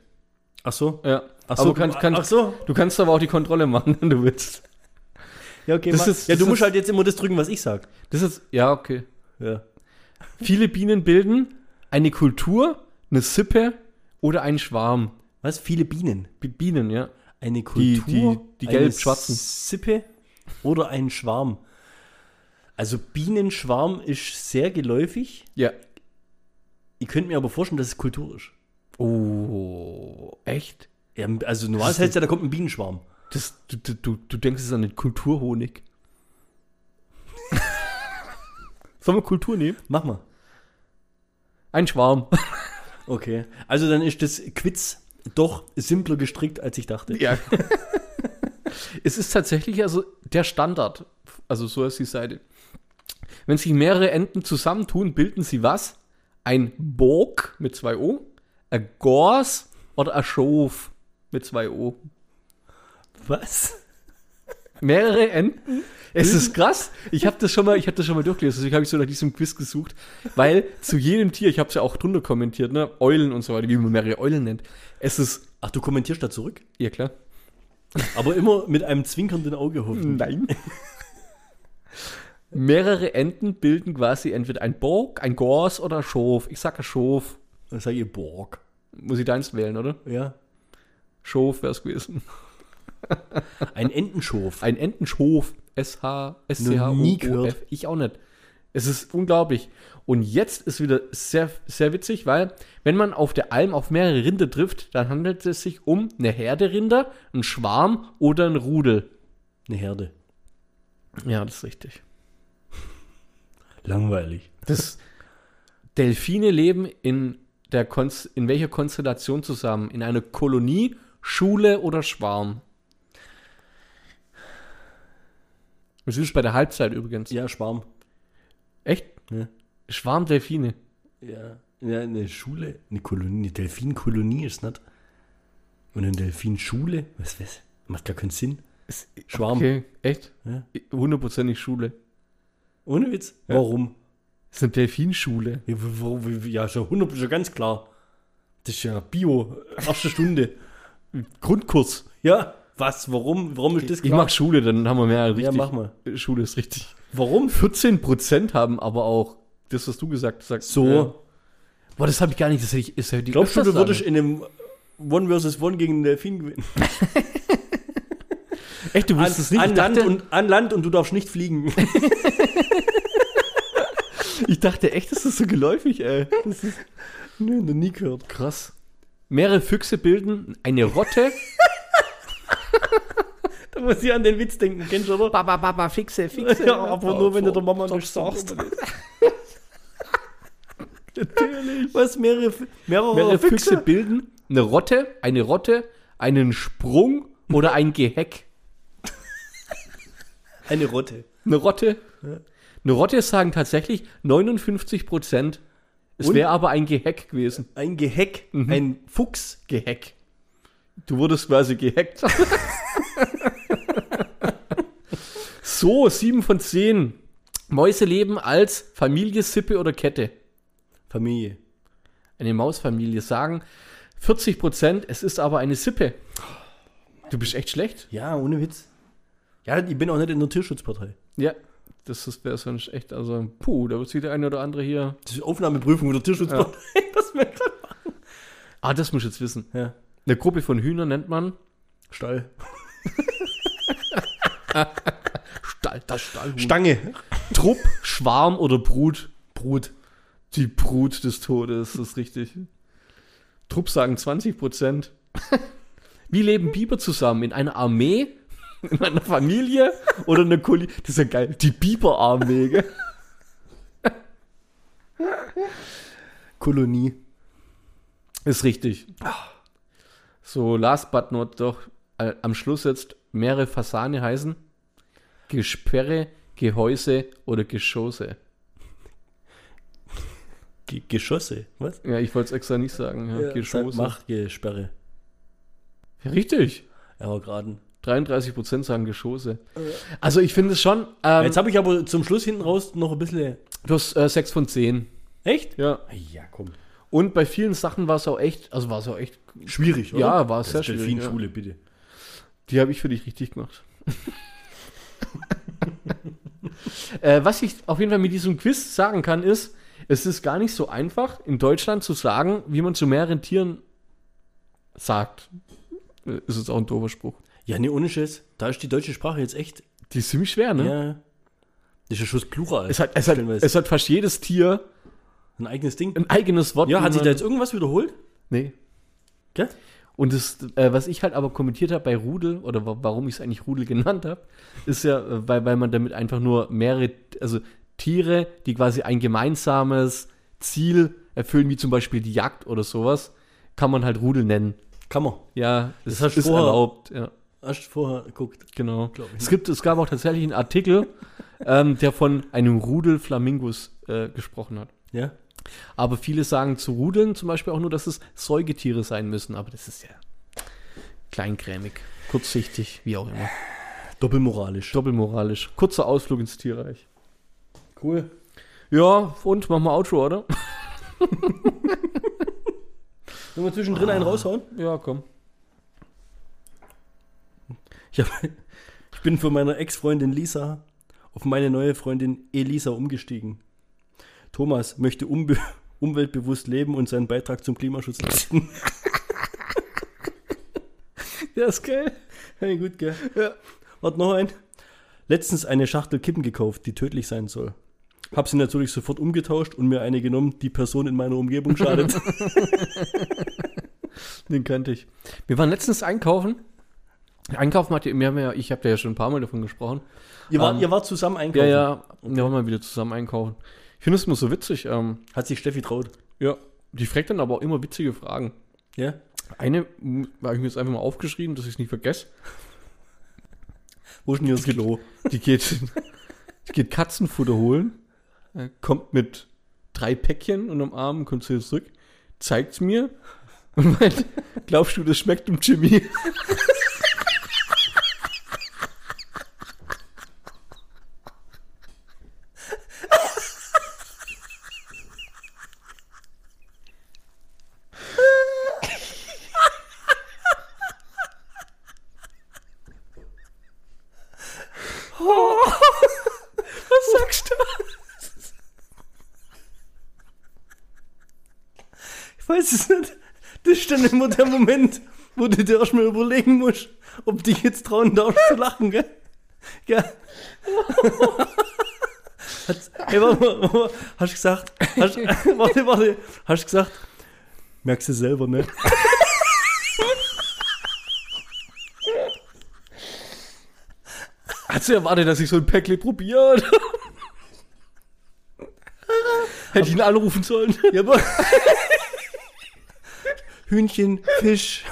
Ach so.
Ja.
Ach
aber
so,
du kannst,
ach
kannst,
so.
Du kannst aber auch die Kontrolle machen, wenn du willst.
Ja, okay.
Das
ma-
ist-
ja,
das
du musst
ist-
halt jetzt immer das drücken, was ich sag.
Das ist, ja, okay.
Ja.
Viele Bienen bilden eine Kultur, eine Sippe oder einen Schwarm.
Was? Viele Bienen.
Bi- Bienen, ja.
Eine Kultur,
die- die
eine
gelb-schwarzen.
Sippe oder ein Schwarm. Also Bienenschwarm ist sehr geläufig.
Ja.
Ihr könnt mir aber vorstellen, dass es Kultur ist.
Oh, echt?
Ja, also normal
ist
heißt ja, da kommt ein Bienenschwarm.
Das, du, du- du, du denkst es an den Kulturhonig. Sollen wir Kultur nehmen?
Mach mal.
Ein Schwarm.
Okay. Also dann ist das Quiz doch simpler gestrickt, als ich dachte.
Ja. es ist tatsächlich also der Standard. Also so ist die Seite. Wenn sich mehrere Enden zusammentun, bilden sie was? Ein Borg mit zwei O, ein Gors oder ein Schof mit zwei O.
Was?
Mehrere Enden. Es ist krass. Ich habe das schon mal, ich habe das schon mal durchgelesen. Deswegen habe ich so nach diesem Quiz gesucht, weil zu jedem Tier, ich habe es ja auch drunter kommentiert, ne, Eulen und so weiter, wie man mehrere Eulen nennt. Es ist,
Ach, du kommentierst da zurück?
ja klar.
Aber immer mit einem zwinkernden Auge hoffen.
Nein. Mehrere Enden bilden quasi entweder ein Borg, ein Gors oder ein Schof. Ich sage Schof.
Dann sag ich Borg.
Muss ich deins wählen, oder?
Ja.
Schof wäre es gewesen.
Ein Entenschurf.
Ein Entenschof. S-H, S-C-H,
Noch nie gehört.
O-O-F. Ich auch nicht. Es ist unglaublich. Und jetzt ist wieder sehr, sehr witzig, weil wenn man auf der Alm auf mehrere Rinder trifft, dann handelt es sich um eine Herde Rinder, einen Schwarm oder ein Rudel.
Eine Herde.
Ja, das ist richtig.
Langweilig.
Das Delfine leben in, der Konst in welcher Konstellation zusammen? In einer Kolonie, Schule oder Schwarm? Wir sind schon bei der Halbzeit übrigens.
Ja, Schwarm.
Echt?
Ja.
Schwarm Delfine.
Ja, ja eine Schule, eine Kolonie, eine Delfinkolonie ist nicht. Und eine Delfinschule, was weiß macht gar keinen Sinn. Schwarm.
Okay, echt?
Ja.
Hundertprozentig Schule.
Ohne Witz. Warum?
Das ist eine Delfinschule.
Ja, w- warum- w- w- ja schon 100 schon ganz klar. Das ist ja Bio, erste Stunde.
Grundkurs.
Ja, was, warum, warum ist das
Ich mach Schule, dann haben wir mehr richtig.
Ja, mach mal.
Schule ist richtig.
Warum?
14% haben aber auch das, was du gesagt hast.
So.
Ja. Boah, das habe ich gar nicht. Das hätte ich, das hätte ich
Glaubst du,
öfters
du würdest
sagen.
in einem One versus One gegen einen Delfin gewinnen?
Echt, du
An,
wusstest es nicht?
an,
Ich
Land
dachte-
und, an Land und du darfst nicht fliegen.
Ich dachte echt, das ist so geläufig, ey.
Das ist, nö, noch nie gehört.
Krass. Mehrere Füchse bilden eine Rotte.
Da muss ich an den Witz denken, kennst du, oder?
Baba, baba, Füchse, Füchse.
Ja, aber nur wenn du der Mama nicht sagst. Natürlich. Was, mehrere, Fü- mehrere,
Mehrere Oh, Füchse?
Füchse?
bilden eine Rotte, eine Rotte, einen Sprung oder ein Geheck.
Eine Rotte.
Eine Rotte. Eine Rotte sagen tatsächlich 59 Prozent. Es
Und?
wäre aber ein Geheck gewesen.
Ein Geheck, ein Fuchs.
Geheck. Du wurdest quasi gehackt. so, 7 von 10. Mäuse leben als Familie, Sippe oder Kette.
Familie.
Eine Mausfamilie sagen 40 Prozent, es ist aber eine Sippe. Du bist echt schlecht.
Ja, ohne Witz. Ja, ich bin auch nicht in der Tierschutzpartei.
Ja, das wäre sonst echt, also, puh, da wird sich der eine oder andere hier.
Das ist Aufnahmeprüfung in der Tierschutzpartei. Was wir gerade machen.
Ah, das muss ich jetzt wissen.
Ja,
Eine Gruppe von Hühnern nennt man
Stall.
Stall, das Stallhuhn.
Stange.
Trupp, Schwarm oder Brut? Brut. Die Brut des Todes, das ist richtig. Trupp sagen 20 Prozent. Wie leben Biber zusammen? In einer Armee? In einer Familie? Oder einer Kolonie? Das ist ja geil. Die Biberarmee, gell?
Kolonie.
Ist richtig. So, last but not doch, äh, am Schluss jetzt mehrere Fasane heißen Gesperre, Gehäuse oder Geschosse.
Ge Geschosse. Was?
Ja, ich wollte es extra nicht sagen. Ja, Geschosse.
Mach Gesperre.
Richtig.
Aber gerade.
33 Prozent sagen Geschosse. Also ich finde es schon,
Ja,
ähm,
jetzt habe ich aber zum Schluss hinten raus noch ein bisschen.
du hast äh, 6 von 10.
Echt?
Ja.
Ja, komm.
Und bei vielen Sachen war es auch echt, also war es auch echt,
Schwierig, oder?
Ja, war
Das
sehr
ist
schwierig,
Delfinschule, bitte.
die habe ich für dich richtig gemacht. äh, was ich auf jeden Fall mit diesem Quiz sagen kann, ist, es ist gar nicht so einfach, in Deutschland zu sagen, wie man zu mehreren Tieren sagt. Äh, Ist jetzt auch ein doofer Spruch.
Ja, ne, ohne Schiss. Da ist die deutsche Sprache jetzt echt.
Die ist ziemlich schwer, ne?
Ja. Das ist ja Schuss Plural.
Es, hat, es, hat,
Stellenweise.
es hat Ähm, fast jedes Tier
ein eigenes Ding.
ein eigenes Wort.
Ja, hat
wie
sich da
man-
jetzt irgendwas wiederholt?
Nee.
Gell?
Und das, äh, was ich halt aber kommentiert habe bei Rudel, oder wa warum ich es eigentlich Rudel genannt habe, ist ja, äh, weil, weil man damit einfach nur mehrere, also Tiere, die quasi ein gemeinsames Ziel erfüllen, wie zum Beispiel die Jagd oder sowas, kann man halt Rudel nennen.
Kann man.
Ja,
Das
es
hast du
ist
vorher-
erlaubt. Ja,
Hast du vorher geguckt.
genau.
Glaub ich ne?
Es, gibt, es gab auch tatsächlich einen Artikel, ähm, der von einem Rudel Flamingos äh, gesprochen hat.
Ja.
Aber viele sagen zu Rudeln zum Beispiel auch nur, dass es Säugetiere sein müssen. Aber das ist ja kleinkrämig, kurzsichtig, wie auch immer.
Doppelmoralisch.
Doppelmoralisch. Kurzer Ausflug ins Tierreich.
cool.
Ja, und machen wir Outro, oder?
Sollen wir zwischendrin
Ah.
einen raushauen?
Ja, komm.
Ich, hab, ich bin von meiner Ex-Freundin Lisa auf meine neue Freundin Elisa umgestiegen. Thomas möchte umbe- umweltbewusst leben und seinen Beitrag zum Klimaschutz leisten. ja, ist geil. Hey, gut, gell? Ja. Warte, noch ein. Letztens eine Schachtel Kippen gekauft, die tödlich sein soll. Hab sie natürlich sofort umgetauscht und mir eine genommen, die Person in meiner Umgebung schadet.
Den kannte ich. Wir waren letztens einkaufen. Einkaufen hat ja, wir haben ja, ich habe ja schon ein paar Mal davon gesprochen.
ihr, wart,
Ähm,
ihr wart zusammen
Ja,
einkaufen.
ja, wir waren mal wieder zusammen einkaufen. Ich finde es immer so witzig. Ähm,
Hat sich Steffi traut.
ja, die fragt dann aber auch immer witzige Fragen.
Ja?
Eine m, habe ich mir jetzt einfach mal aufgeschrieben, dass ich es nicht vergesse.
Wo ist denn hier das Klo?
Die geht, die geht Katzenfutter holen, äh, kommt mit drei Päckchen und am Arm kommt sie zurück, zeigt's mir und meint, glaubst du, das schmeckt dem Jimmy?
Was sagst du? Ich weiß es nicht. Das ist dann immer der Moment, wo du dir erstmal überlegen musst, ob du dich jetzt trauen darfst zu lachen, gell? Gell? Hat's- Hey, warte, mal, warte, mal. hast du gesagt, hast, warte, warte, hast du gesagt, merkst du selber, ne?
Hast du erwartet, dass ich so ein Päckle probiere? Hätte ich ihn anrufen sollen.
Ja, aber Hühnchen, Fisch.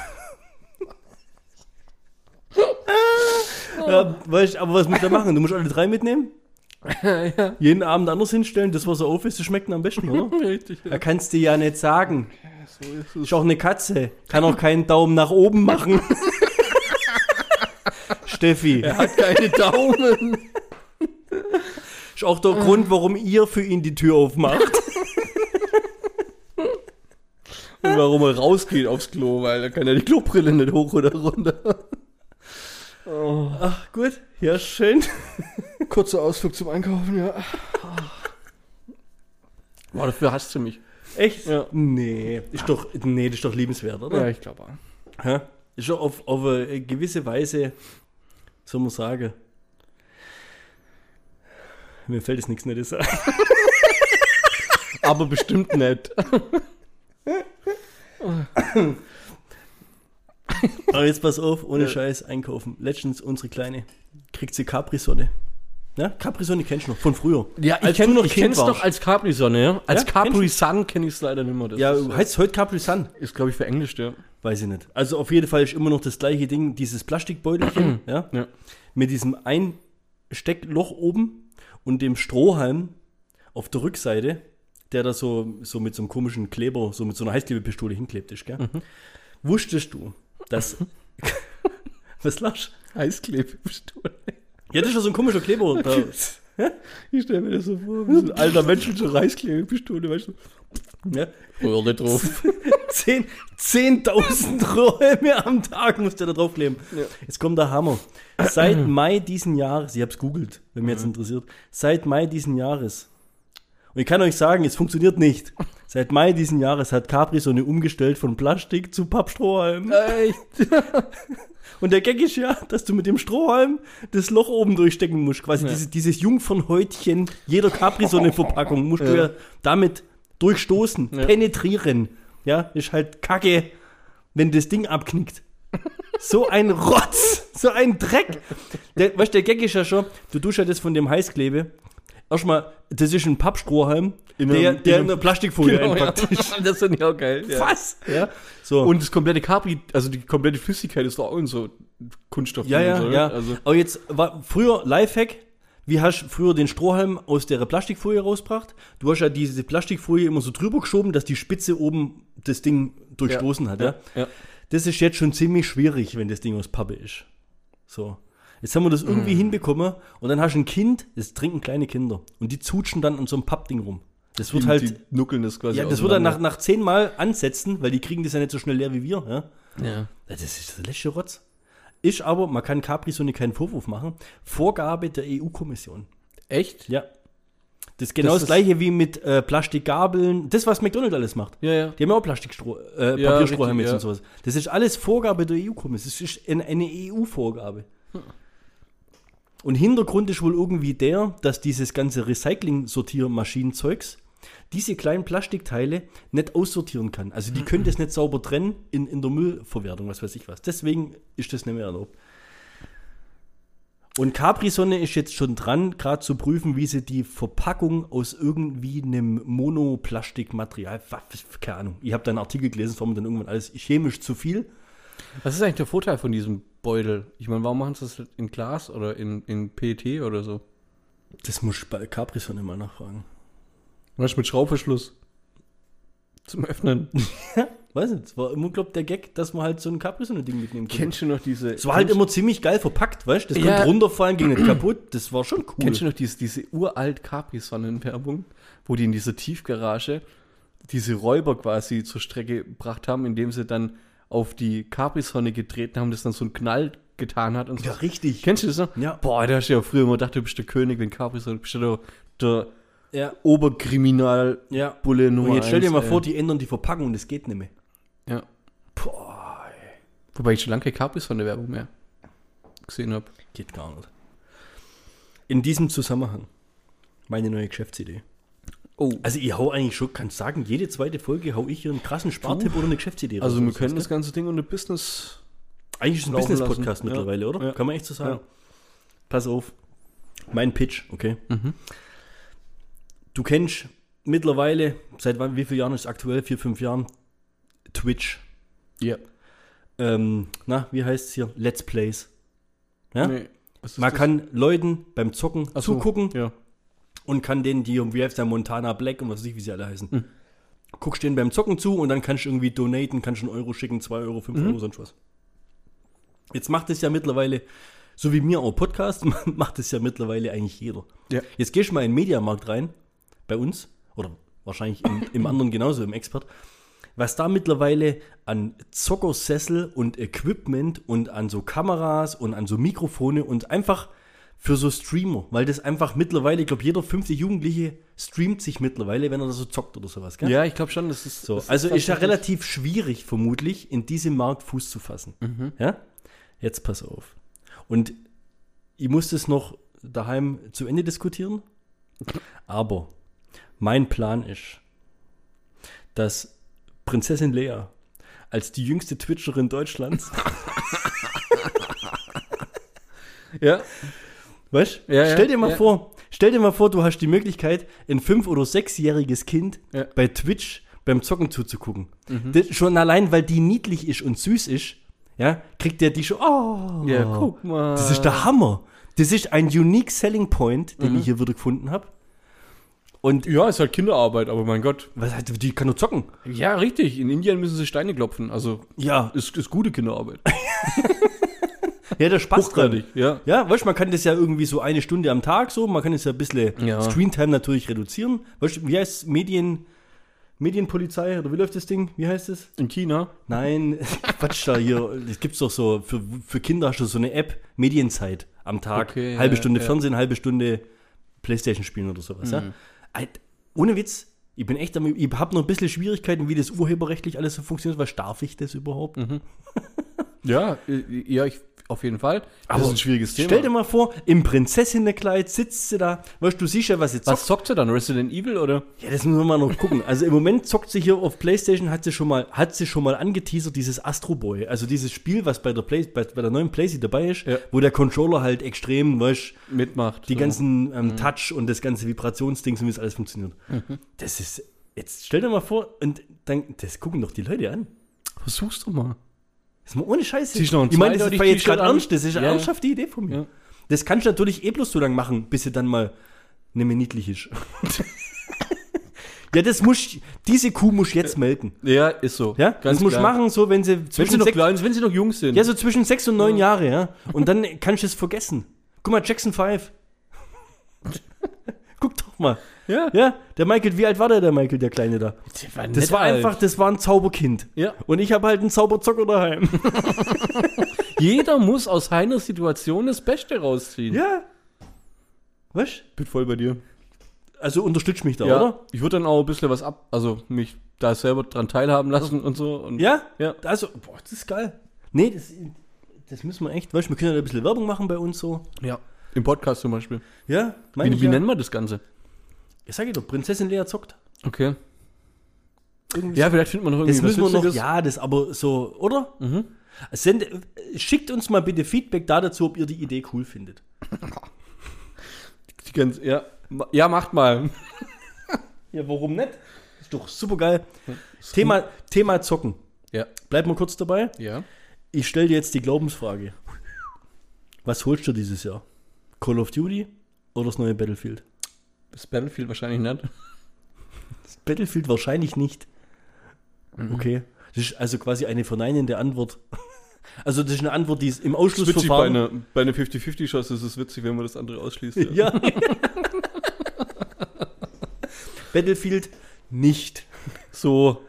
ja, weißt, aber was musst du da machen? Du musst alle drei mitnehmen,
ja,
jeden Abend anders hinstellen, das, was er auf ist, das schmeckt am besten, oder?
richtig.
Da kannst du ja nicht sagen. Ist auch eine Katze. Kann auch keinen Daumen nach oben machen. Steffi.
Hat keine Daumen.
Ist auch der Grund, warum ihr für ihn die Tür aufmacht.
Und warum er rausgeht aufs Klo, weil er kann ja die Klobrille nicht hoch oder runter.
Ach, gut. Ja, schön.
Kurzer Ausflug zum Einkaufen, ja. Boah, dafür hasst du mich.
Echt?
Ja.
Nee. Ist doch, nee, das ist doch liebenswert, oder?
Ja, ich glaube.
Hä? Ist ja auf, auf eine gewisse Weise, soll man sagen. Mir fällt es nichts Nettes ein.
Aber bestimmt nicht.
Aber jetzt pass auf, ohne
Ja.
Scheiß einkaufen. Letztens unsere Kleine kriegt sie Capri-Sonne. Ja, Capri-Sonne kennst du noch, von früher.
Ja, ich
Als du
kenne
noch
es
Kind warst.
doch als Capri-Sonne, ja? Als
Ja,
Capri-Sun kenne ich es leider nicht mehr. Das
Ja,
ist, äh,
heißt heute Capri-Sun?
ist glaube ich, für Englisch, ja.
Weiß ich nicht. Also auf jeden Fall ist immer noch das gleiche Ding, dieses Plastikbeutelchen, ja,
Ja.
mit diesem Einsteckloch oben und dem Strohhalm auf der Rückseite, der da so, so mit so einem komischen Kleber, so mit so einer Heißklebepistole hinklebt ist, gell? Wusstest du, dass... Was lachst
Eisklebepistole.
du? Ja, das ist ja so ein komischer Kleber. Da.
Ich stelle mir das so vor, wie so ein alter Mensch mit so einer Reißklebepistole, weißt du.
Ja.
Röhre drauf.
Zehn- 10.000 Räume am Tag musst du da draufkleben. Jetzt kommt der Hammer. Seit Mai diesen Jahres, ich hab's googelt, wenn mich jetzt interessiert, seit Mai diesen Jahres, und ich kann euch sagen, es funktioniert nicht. Seit Mai diesen Jahres hat Capri so eine umgestellt von Plastik zu Pappstrohhalm.
Echt?
Und der Gag ist ja, dass du mit dem Strohhalm das Loch oben durchstecken musst. Quasi dieses, dieses Jungfernhäutchen jeder Capri-Sonne-Verpackung musst du
Ja.
ja damit durchstoßen,
Ja.
penetrieren. Ja, ist halt kacke, wenn das Ding abknickt. So ein Rotz, so ein Dreck. Der, weißt du, der Gag ist ja schon, du tust ja das von dem Heißklebe. Erstmal, das ist ein Pappstrohhalm,
In
der,
einem- in
der in
einem-
einer Plastikfolie
Genau, ja.
einpackt.
Das finde ich auch geil. Ja.
Was? Ja, so.
Und das komplette Capri, also die komplette Flüssigkeit ist doch auch in so Kunststoff.
Ja,
drin,
ja,
so, ne?
ja.
Also,
Aber jetzt war früher Lifehack. Wie hast du früher den Strohhalm aus der Plastikfolie rausgebracht? Du hast ja diese Plastikfolie immer so drüber geschoben, dass die Spitze oben das Ding durchstoßen hat. Ja?
ja.
Das ist jetzt schon ziemlich schwierig, wenn das Ding aus Pappe ist. So. Jetzt haben wir das irgendwie hinbekommen und dann hast du ein Kind, das trinken kleine Kinder und die zutschen dann an so einem Pappding rum. Das wird
Die,
halt,
die also nuckeln das quasi
ja, das wird dann nach, nach zehnmal ansetzen, weil die kriegen das ja nicht so schnell leer wie wir. Ja?
Ja.
Ja, Das ist der letzte Rotz. Ist aber, man kann Capri-Sonne keinen Vorwurf machen, Vorgabe der EU-Kommission.
Echt?
Ja. Das ist genau
Das
das,
ist-
gleiche wie mit äh, Plastikgabeln. Das, was McDonald's alles macht.
Ja, ja.
Die haben ja auch Plastikstroh, äh,
Ja,
Papierstrohhalme
richtig,
jetzt und
ja.
sowas. Das ist alles Vorgabe der EU-Kommission. Das ist ein- eine EU-Vorgabe.
Hm.
Und Hintergrund ist wohl irgendwie der, dass dieses ganze Recycling-Sortiermaschinenzeugs diese kleinen Plastikteile nicht aussortieren kann. Also
Hm.
die können das nicht sauber trennen in, in der Müllverwertung, was weiß ich was. Deswegen ist das nicht mehr erlaubt. Und Capri-Sonne ist jetzt schon dran, gerade zu prüfen, wie sie die Verpackung aus irgendwie einem Monoplastikmaterial, wa- keine Ahnung, ich habe da einen Artikel gelesen, warum dann irgendwann alles chemisch zu viel.
Was ist eigentlich der Vorteil von diesem Beutel? Ich meine, warum machen sie das in Glas oder in, in PET oder so?
Das muss ich bei Capri-Sonne mal nachfragen.
Weißt du, mit Schraubverschluss. Zum Öffnen.
Weiß nicht, es war immer, glaub der Gag, dass man halt so ein Capri-Sonne-Ding mitnehmen kann.
Kennst du noch diese.
Es war halt immer ziemlich geil verpackt, weißt du? Das
Ja.
konnte runterfallen, ging nicht kaputt. Das war schon cool.
Kennst du noch diese, diese uralt Capri-Sonnen-Werbung, wo die in dieser Tiefgarage diese Räuber quasi zur Strecke gebracht haben, indem sie dann auf die Capri-Sonne getreten haben, das dann so einen Knall getan hat und so.
Ja, richtig.
Kennst du das noch?
Ja.
Boah, da hast du ja früher immer gedacht, du bist der König, wenn Capri-Sonne, bist du der, der
Ja.
Oberkriminalbulle
Ja.
Nummer
Und Oh, jetzt stell dir mal
eins,
vor,
ey.
die ändern die Verpackung, das geht nicht mehr.
Ja.
Boah, ey.
Wobei ich schon lange kein Capris von der Werbung mehr gesehen habe.
Geht gar nicht. In diesem Zusammenhang, meine neue Geschäftsidee.
Oh.
Also ich hau eigentlich schon, kannst sagen, jede zweite Folge hau ich hier einen krassen Spartipp oder eine Geschäftsidee
Also
raus,
wir können das
weißt
ganze Ding unter Business.
du? Eigentlich ist es ein
laufen
Business-Podcast
lassen. Ja.
mittlerweile, oder?
Ja.
Kann man echt so sagen.
Ja.
Pass auf. Mein Pitch, okay?
Mhm.
Du kennst mittlerweile, seit wann, wie vielen Jahren ist es aktuell? Vier, fünf Jahren? Twitch.
Ja.
Ähm, na, wie heißt es hier? Let's Plays. Ja?
Nee. Was ist
Man
das?
kann Leuten beim Zocken
Ach so,
zugucken
Ja.
und kann denen, die um wie heißt der Montana Black und was weiß ich, wie sie alle heißen, guckst denen beim Zocken zu und dann kannst du irgendwie donaten, kannst du einen Euro schicken, zwei Euro, fünf Euro, sonst was. Jetzt macht es ja mittlerweile, so wie mir auch Podcast, macht es ja mittlerweile eigentlich jeder.
Ja.
Jetzt gehst du mal in den Mediamarkt rein, bei uns, oder wahrscheinlich im, im anderen genauso, im Expert, was da mittlerweile an Zockersessel und Equipment und an so Kameras und an so Mikrofone und einfach für so Streamer, weil das einfach mittlerweile, ich glaube, jeder fünfte Jugendliche streamt sich mittlerweile, wenn er da so zockt oder sowas, gell?
ja, ich glaube schon, das ist.
So,
das
also ist ja
tatsächlich-
relativ schwierig, vermutlich, in diesem Markt Fuß zu fassen.
Mhm.
Ja? Jetzt pass auf. Und ich muss das noch daheim zu Ende diskutieren. Aber mein Plan ist, dass Prinzessin Lea als die jüngste Twitcherin Deutschlands,
Ja.
weißt
Ja, ja,
stell dir mal
ja.
vor, stell dir mal vor, du hast die Möglichkeit, ein fünf- oder sechsjähriges Kind
Ja. Mhm.
bei Twitch beim Zocken zuzugucken. Das, schon allein, weil die niedlich ist und süß ist, ja, kriegt der die schon, oh,
Ja, guck mal. Mhm.
Das ist der Hammer. Das ist ein unique selling point, den ich hier wieder gefunden habe. Und
Ja, ist halt Kinderarbeit, aber mein Gott.
was, heißt, die kann nur zocken.
Ja, richtig. In Indien müssen sie Steine klopfen. Also
Ja,
ist, ist gute Kinderarbeit.
ja der Spaß dran.
ja.
Ja, weißt du, man kann das ja irgendwie so eine Stunde am Tag so, man kann das ja ein bisschen
Ja.
Screentime natürlich reduzieren. Weißt du, wie heißt es? Medien, Medienpolizei oder wie läuft das Ding? Wie heißt es?
In China.
Nein, Quatsch da hier. Es gibt's doch so, für, für Kinder hast du so eine App, Medienzeit am Tag.
Okay,
halbe
ja,
Stunde
ja. Mhm.
Fernsehen, halbe Stunde Playstation spielen oder sowas. Ja? Alt, ohne Witz, ich bin echt, am- ich habe noch ein bisschen Schwierigkeiten, wie das urheberrechtlich alles so funktioniert. Was darf ich das
Mhm.
überhaupt?
Ja, äh, ja, ich, auf jeden Fall. Das
Aber
schwieriges
Stell dir mal vor, im Prinzessinnenkleid sitzt sie da, weißt du, du siehst ja, was sie zockt.
was zockt sie dann? Resident Evil oder?
Ja, das müssen wir mal noch gucken. Also im Moment zockt sie hier auf PlayStation, hat sie schon mal, hat sie schon mal angeteasert, dieses Astro Boy. Also dieses Spiel, was bei der, Play, bei, bei der neuen PlayStation dabei ist,
Ja.
wo der Controller halt extrem, weißt
Mitmacht.
die
so. Mhm.
ganzen ähm, Touch und das ganze Vibrationsding und wie das alles funktioniert. Das ist, jetzt stell dir mal vor, und dann, das gucken doch die Leute an.
Versuch's doch mal.
Das ist mal ohne Scheiße.
Siehst du noch ein
ich meine, das ist
zweideutig
war jetzt
T-Shirt
gerade
an?
ernst, das ist eine
Ja.
ernsthafte Idee von mir.
Ja.
Das kannst du natürlich eh bloß so lange machen, bis sie dann mal nicht mehr niedlich ist. ja, das muss, diese Kuh muss jetzt melken.
Ja, ist so.
Ja, das muss
klar.
machen, so wenn sie
Wenn sie
zwischen
noch
sechs,
klein sind, wenn sie noch jung sind.
ja, so zwischen sechs und neun Jahre, ja. Und dann kannst du es vergessen. Guck mal, Jackson 5. Guck doch mal.
ja.
Ja, der Michael, wie alt war der, der Michael, der Kleine da? Das war einfach, das war ein Zauberkind.
Ja.
Und ich habe halt einen Zauberzocker daheim.
Jeder muss aus seiner Situation das Beste rausziehen.
ja. Was?
bin voll bei dir.
Also unterstützt mich da,
Ja,
oder?
Ich würde dann auch ein bisschen was ab, also mich da selber dran teilhaben lassen und so. Und
Ja?
Ja.
Also, boah, das ist geil. Nee, das, das müssen wir echt, weißt du, wir können ja ein bisschen Werbung machen bei uns so.
ja. Im Podcast zum Beispiel.
Ja, meine
Wie,
ich
wie
ja.
nennen wir das Ganze?
Ich sag dir doch, Prinzessin Lea zockt.
Okay.
Irgendwie
Ja, vielleicht findet man noch irgendwie
Das müssen wir
was Mhm.
noch,
Witziges.
ja, das aber so, oder? Send, schickt uns mal bitte Feedback da dazu, ob ihr die Idee cool findet.
Die ganze, ja. Ma- ja, macht mal.
Ja, warum nicht? Ist doch super geil. Thema, Thema Zocken.
Ja.
Bleib mal kurz dabei.
Ja.
Ich stelle dir jetzt die Glaubensfrage. Was holst du dieses Jahr? Call of Duty oder das neue Battlefield?
Das Battlefield wahrscheinlich nicht.
Das Battlefield wahrscheinlich nicht.
Mhm.
Okay. Das ist also quasi eine verneinende Antwort. Also das ist eine Antwort, die ist im Ausschlussverfahren...
bei einer 50-50-Shots ist es witzig, wenn man das andere ausschließt.
Ja. Battlefield nicht.
So.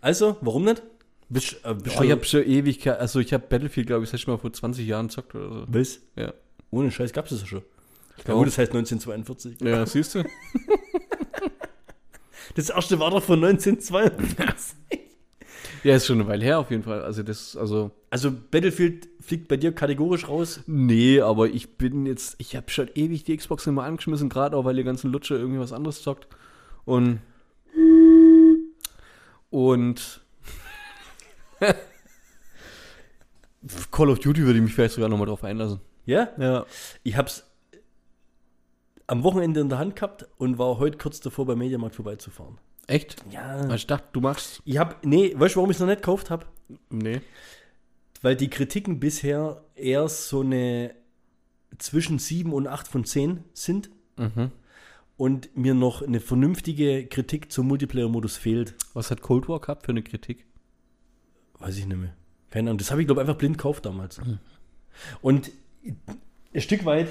Also, warum nicht? Bist, äh, bist
Oh, ich
du-
habe schon ewig, ke- also ich habe Battlefield, glaube ich, das letzte Mal vor 20 Jahren gezockt oder so.
Was?
Ja.
Ohne Scheiß gab es das ja schon. Ja,
glaub.
gut, das heißt 1942.
Ja, siehst du?
Das erste war doch von 1942.
Ja, ist schon eine Weile her auf jeden Fall. Also das, also
Also Battlefield fliegt bei dir kategorisch raus.
nee, aber ich bin jetzt, ich habe schon ewig die Xbox immer angeschmissen, gerade auch weil die ganzen Lutscher irgendwie was anderes zockt. Und und Call of Duty würde ich mich vielleicht sogar nochmal drauf einlassen.
Ja?
Ja.
Ich hab's am Wochenende in der Hand gehabt und war heute kurz davor, beim Mediamarkt vorbeizufahren.
Echt?
Ja.
Ich dachte, du machst.
Ich hab, nee, weißt du, warum ich es noch nicht gekauft habe?
Nee.
Weil die Kritiken bisher eher so eine zwischen 7 und 8 von 10 sind
Mhm.
und mir noch eine vernünftige Kritik zum Multiplayer-Modus fehlt.
Was hat Cold War gehabt für eine Kritik?
Weiß ich nicht mehr. Keine Ahnung. Das habe ich, glaube ich, einfach blind gekauft damals.
Hm.
Und ein Stück weit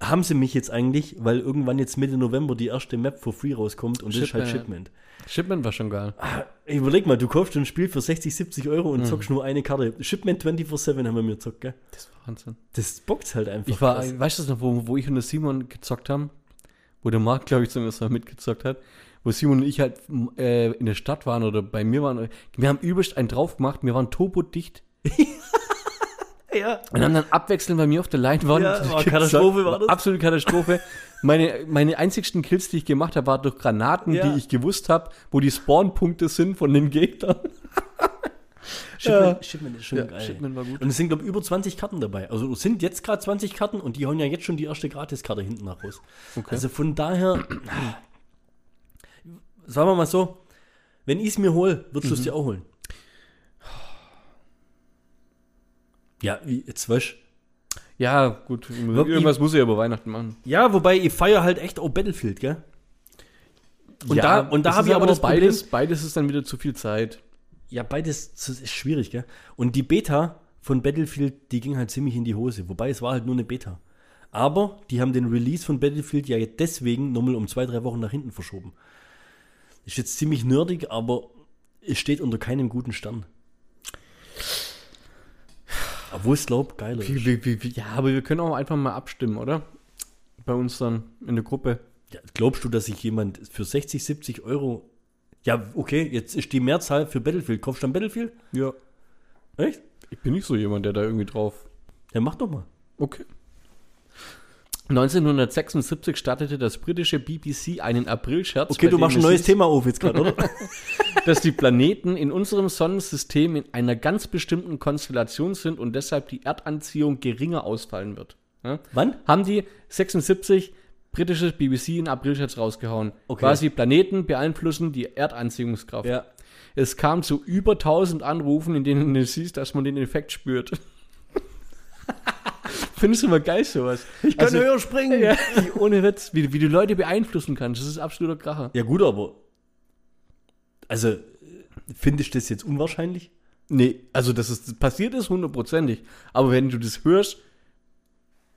haben sie mich jetzt eigentlich, weil irgendwann jetzt Mitte November die erste Map for free rauskommt und das ist halt
Shipment.
Shipment.
Shipment war schon geil.
Ah, Überleg mal, du kaufst ein Spiel für 60, 70 Euro
Hm.
und zockst nur eine Karte. Shipment 24-7 haben wir mir gezockt, gell?
Das war Wahnsinn.
Das bockt halt einfach.
Ich war,
krass.
weißt du das noch, wo, wo ich und der Simon gezockt haben? Wo der Marc, glaube ich, zum ersten Mal mitgezockt hat. Wo Simon und ich halt m, äh, in der Stadt waren oder bei mir waren. Wir haben übelst einen drauf gemacht, wir waren turbodicht.
ja.
Und haben dann abwechselnd bei mir auf der Leinwand.
Ja, war
gezockt.
Katastrophe, war das?
Absolute Katastrophe. meine, meine einzigsten Kills, die ich gemacht habe, waren durch Granaten,
Ja.
die ich gewusst habe, wo die Spawnpunkte sind von den Gegnern.
Shipment, Shipment ist schon
Ja,
geil.
Shipment war gut.
Und es sind, glaube ich, über 20 Karten dabei. Also es sind jetzt gerade 20 Karten und die hauen ja jetzt schon die erste Gratiskarte hinten nach raus. Also von daher, sagen wir mal so, wenn ich es mir hole, würdest du es dir auch holen. Ja, wie- jetzt weißt
Ja, gut. Irgendwas muss ich ja über Weihnachten machen.
Ja, wobei ich feiere halt echt auch Battlefield, gell? Und
ja,
da, und da
es
habe
ist
ich aber das
beides,
Problem.
beides ist dann wieder zu viel Zeit.
Ja, beides das ist schwierig, gell? Und die Beta von Battlefield, die ging halt ziemlich in die Hose. Wobei es war halt nur eine Beta. Aber die haben den Release von Battlefield ja jetzt deswegen nochmal um zwei, drei Wochen nach hinten verschoben. Ist jetzt ziemlich nerdig, aber es steht unter keinem guten Stern. Obwohl es, glaub, geiler ist.
Wie- wie- wie- wie- Ja, aber wir können auch einfach mal abstimmen, oder? Bei uns dann in der Gruppe.
Ja, glaubst du, dass sich jemand für 60, 70 Euro. Ja, okay, jetzt ist die Mehrzahl für Battlefield. Kaufst du dann Battlefield?
Ja.
Echt?
Ich bin nicht so jemand, der da irgendwie drauf.
Ja, mach doch mal.
Okay. 1976 startete das britische BBC einen Aprilscherz.
Okay,
bei
du
dem
machst ein
es
neues
hieß,
Thema auf jetzt gerade, oder?
Dass die Planeten in unserem Sonnensystem in einer ganz bestimmten Konstellation sind und deshalb die Erdanziehung geringer ausfallen wird. Ja?
Wann?
haben die 76 britisches BBC in Aprilscherz rausgehauen.
Okay.
Quasi Planeten beeinflussen die Erdanziehungskraft.
Ja.
Es kam zu über 1000 Anrufen, in denen es hieß, dass man den Effekt spürt. Findest du mal geil sowas? Ich
höher springen.
Also- ja,
Ja.
wie- ohne Witz, wie, wie du Leute beeinflussen kannst, das ist absoluter Kracher.
gut, aber. Also, äh, finde ich das jetzt unwahrscheinlich?
Nee, also dass es passiert ist, hundertprozentig. Aber wenn du das hörst,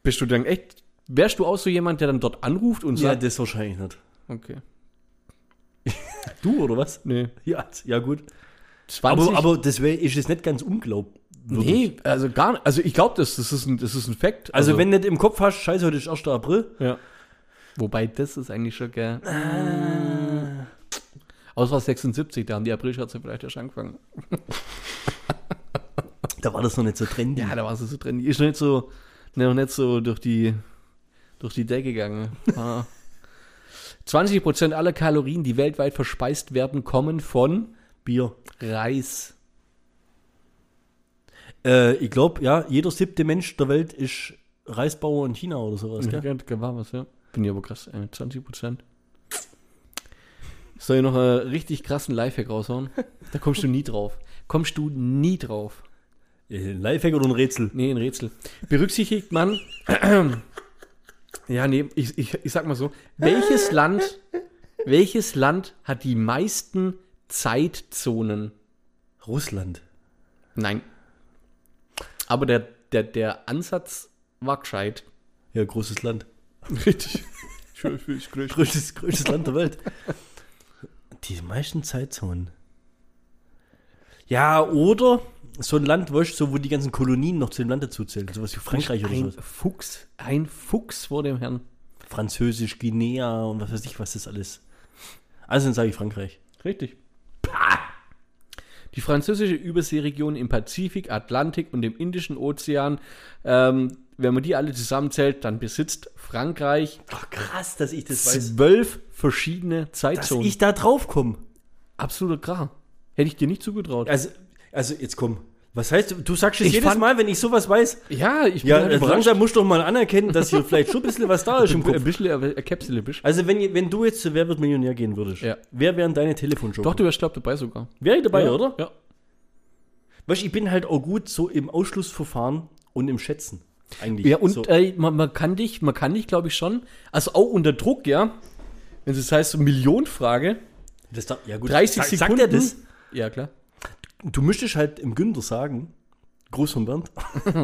bist du dann echt, wärst du auch so jemand, der dann dort anruft und sagt,
das wahrscheinlich nicht.
okay,
Du oder was?
nee,
Ja, also, ja gut.
20
Aber, aber das wär, ist es nicht ganz unglaublich.
Nee, also gar nicht. Also ich glaube, das, das ist ein, das ist ein Fact.
Also, wenn du nicht im Kopf hast, scheiße, heute ist 1. April.
Ja. Wobei, das ist eigentlich schon geil. Ah. Außer war 76, da haben die Aprilscherze vielleicht erst angefangen.
Da war das noch nicht so trendy.
Ja, da war sie so drin. Die ist noch nicht so, noch nicht so durch die, durch die Decke gegangen. Ah. 20% aller Kalorien, die weltweit verspeist werden, kommen von
Bier.
Reis.
Äh, ich glaube, ja, jeder siebte Mensch der Welt ist Reisbauer in China oder
Mhm.
sowas. Gell?
Ja, war was, ja. Bin ja aber krass, äh, 20 Prozent. Soll ich noch einen richtig krassen Lifehack raushauen? Da kommst du nie drauf. Kommst du nie drauf.
Äh, Ein Lifehack oder ein Rätsel?
Nee, ein Rätsel. Berücksichtigt man. ja, nee, ich, ich, ich sag mal so. Welches Land, welches Land hat die meisten Zeitzonen?
Russland.
Nein. Aber der, der, der Ansatz war gescheit.
Ja, großes Land.
Richtig. Schön, ich
Größtes, größtes Land der Welt. Die meisten Zeitzonen. Ja, oder so ein Land, weißt, du, so, wo die ganzen Kolonien noch zu dem Land dazu zählen. Sowas wie Frankreich oder
ein
sowas.
Fuchs, ein Fuchs vor dem Herrn.
Französisch, Guinea und was weiß ich, was das alles. Also dann sage ich Frankreich.
Richtig. Die französische Überseeregion im Pazifik, Atlantik und dem Indischen Ozean, ähm, wenn man die alle zusammenzählt, dann besitzt Frankreich
Ach, krass, dass ich das weiß.
zwölf verschiedene
Dass
Zeitzonen.
ich da drauf komme.
Absolut klar. Hätte ich dir nicht zugetraut.
Also, also, jetzt komm. Was heißt, du sagst es
Ich
jedes
fand-
Mal, wenn ich sowas weiß.
Ja, ich bin
Ja,
halt
äh,
überrascht.
langsam musst du doch mal anerkennen, dass hier vielleicht schon ein bisschen was da ist im
Ein
Kopf.
bisschen äh, äh, Käpsele bist.
Also, wenn, ihr- wenn du jetzt zu Wer wird Millionär gehen würdest,
Ja.
wer wären deine Telefonjoker?
Doch, du wärst, glaub dabei sogar.
Wäre ich dabei, oder?
Ja.
Weißt, du, ich bin halt auch gut so im Ausschlussverfahren und im Schätzen. Eigentlich.
Ja, und
so.
äh, man, man kann dich, man kann dich, glaube ich, schon, also auch unter Druck, ja. Wenn es heißt, so Millionenfrage,
das da, ja gut,
30
sag-
Sekunden.
Sagt er das?
Ja, klar.
Du müsstest halt im Günther sagen, Gruß von Bernd,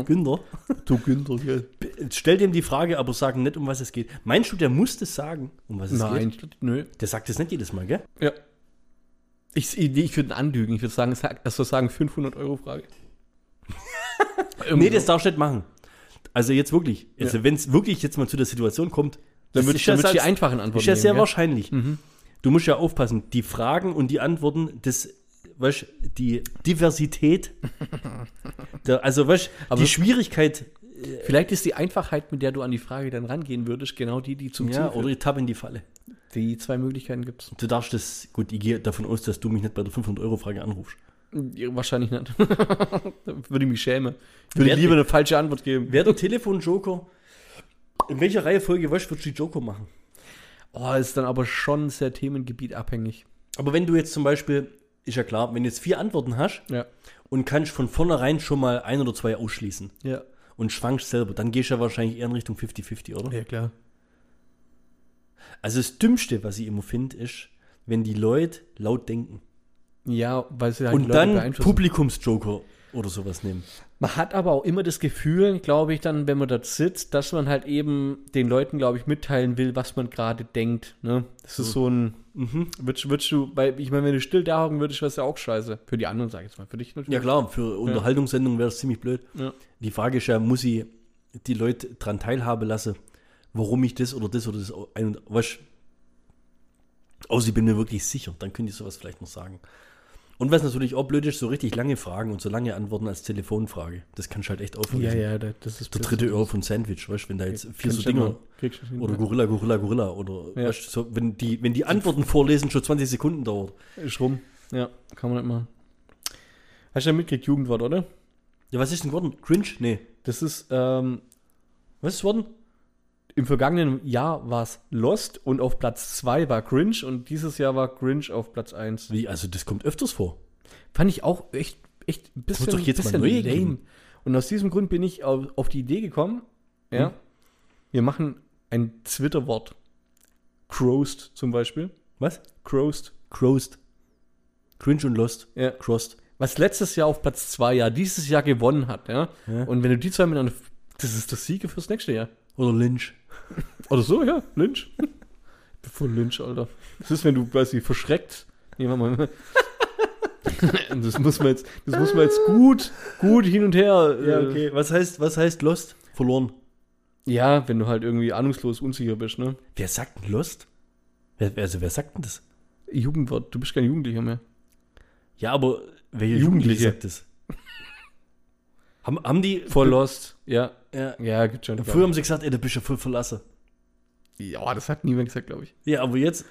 Günther,
Du Günther, gell?
stell dem die Frage, aber sag nicht, um was es geht. Meinst du, der muss das sagen, um was es
Nein,
geht?
nö.
Der sagt das nicht jedes Mal, gell?
Ja. Ich, ich, ich würde ihn anlügen. Ich würde sagen, sag- das soll sagen 500 Euro Frage.
Nee, das darfst du nicht machen. Also jetzt wirklich, also
Ja.
wenn es wirklich jetzt mal zu der Situation kommt,
dann würde
ist
ich,
ja
dann würd ich die
selbst-
einfachen Antworten
Ist ja sehr
nehmen, gell?
wahrscheinlich. Du musst ja aufpassen. Die Fragen und die Antworten, das, weißt, die Diversität, der, also weißt, die Schwierigkeit
Vielleicht ist die Einfachheit, mit der du an die Frage dann rangehen würdest, genau die, die zum
ja,
Ziel
oder
führt.
ich tappe in die Falle.
Die zwei Möglichkeiten gibt es.
Du darfst das, gut, ich gehe davon aus, dass du mich nicht bei der 500-Euro-Frage anrufst.
Wahrscheinlich nicht. Dann würde ich mich schämen. Würde
Wer-
ich lieber eine falsche Antwort geben.
Wer der Telefon-Joker, in welcher Reihenfolge weißt, würdest du die Joker machen?
Oh, ist dann aber schon sehr themengebietabhängig.
Aber wenn du jetzt zum Beispiel, ist ja klar, wenn du jetzt vier Antworten hast
Ja.
und kannst von vornherein schon mal ein oder zwei ausschließen
Ja.
und schwankst selber, dann gehst du ja wahrscheinlich eher in Richtung 50-50, oder?
Ja, klar.
Also das Dümmste, was ich immer finde, ist, wenn die Leute laut denken
Ja, weil sie halt
und
die Leute
dann
beeinflussen.
Publikumsjoker oder sowas nehmen.
Man hat aber auch immer das Gefühl, glaube ich, dann, wenn man dort sitzt, dass man halt eben den Leuten, glaube ich, mitteilen will, was man gerade denkt. Ne? Das ist so ein. Würdest, würdest du, weil ich meine, wenn du still da hocken würdest, wäre es ja auch scheiße. Für die anderen, sage ich jetzt mal. Für dich natürlich.
Ja klar, für Unterhaltungssendungen wäre das ziemlich blöd.
Ja.
Die Frage ist ja, muss ich die Leute dran teilhaben lassen, warum ich das oder das oder das au- ein und weißt, außer ich bin mir wirklich sicher, dann könnte ich sowas vielleicht noch sagen. Und was natürlich auch blöd ist, so richtig lange Fragen und so lange Antworten als Telefonfrage. Das kannst du halt echt auflösen.
ja, ja, da- das ist
Der dritte Earl von Sandwich, weißt du, wenn da jetzt vier
Kannst
so
du ja
Dinger
mal- kriegst du hin,
Oder
ja.
Gorilla, Gorilla, Gorilla. Oder
Ja.
weißt, du, so, wenn, die, wenn die Antworten vorlesen schon 20 Sekunden dauert.
Ist rum. Ja, kann man nicht machen. Hast du ja mitgekriegt, Jugendwort, oder?
Ja, was ist denn geworden? Cringe? Nee.
Das ist, ähm,
Was ist geworden?
im vergangenen Jahr war es Lost und auf Platz 2 war Grinch und dieses Jahr war Grinch auf Platz 1.
Wie, also das kommt öfters vor.
Fand ich auch echt, echt ein bisschen,
doch jetzt mal
bisschen
neue geben.
Und aus diesem Grund bin ich auf, auf die Idee gekommen, ja, wir machen ein Twitter-Wort. Crossed zum Beispiel.
Was?
Crossed.
Crossed. Cringe und Lost.
Ja.
Crossed.
Was letztes Jahr auf Platz 2 ja, dieses Jahr gewonnen hat, ja.
Ja.
Und wenn du die zwei miteinander, f- das ist das Siege fürs nächste Jahr.
Oder Lynch.
Oder so, ja, Lynch. Bevor Lynch, Alter. Das ist, wenn du, weiß ich, verschreckt. Nee, warte mal. das muss man jetzt, das muss man jetzt gut, gut hin und her. äh,
Was heißt, was heißt Lost? Verloren.
Ja, wenn du halt irgendwie ahnungslos unsicher bist, ne?
Wer sagt denn Lost? Wer, wer- also wer sagt denn das?
Jugendwort, du bist kein Jugendlicher mehr.
Ja, aber welcher
Jugendliche.
Jugendliche sagt das? haben, haben die...
Voll lost. Ja,
Ja.
ja, gibt schon.
Früher haben sie gesagt, ey, da bist du voll verlassen.
ja, das hat niemand gesagt, glaube ich.
Ja, aber jetzt,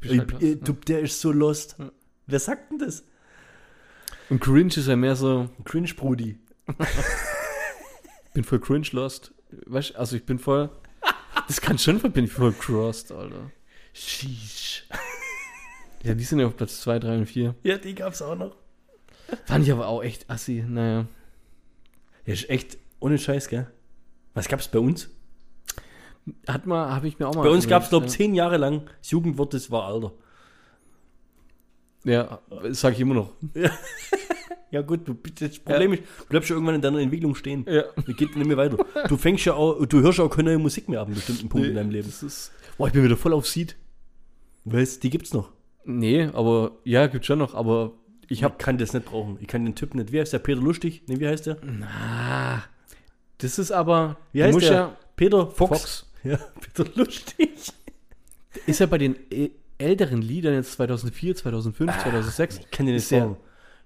Bist halt lost,
Ey, äh, du, der ist so lost. Wer sagt denn das?
ne? Und cringe ist ja mehr so,
Cringe Brudi.
bin voll cringe lost. Weißt du, also ich bin voll. Das kann schon, bin ich voll crossed, Alter.
Sheesh.
Ja, die sind ja auf Platz 2, 3 und 4.
Ja, die gab's auch noch.
Fand ich aber auch echt assi, naja.
Ja, ist echt ohne Scheiß, gell? Was gab's bei uns?
Hat mal, habe ich mir auch mal. ne?
Bei uns gab's, glaube ich,
überlegt,
zehn Jahre lang das Jugendwort, das war Alter.
Ja, ja sage ich immer noch.
Ja, gut, du, das Problem ist, du bleibst ja irgendwann in deiner Entwicklung stehen.
Ja.
Das geht nicht mehr weiter. Du fängst ja auch, du hörst ja auch keine neue Musik mehr ab einem bestimmten Punkt in deinem Leben.
Das ist, boah, ich bin wieder voll auf Seed.
Was? Die gibt's noch.
Nee, aber ja, gibt schon noch, aber ich
Ich
habe
hab, kann das nicht brauchen. Ich kann den Typ nicht. Wie heißt der? Peter Lustig? Nee, wie heißt der?
Ah, das ist aber
Wie heißt
du musst
der?
ja-
Peter
Fox.
Ja, Peter Lustig.
ist ja bei den ä- älteren Liedern jetzt 2004, 2005, 2006
Ah, Ich kann dir nicht
ist der-
sagen.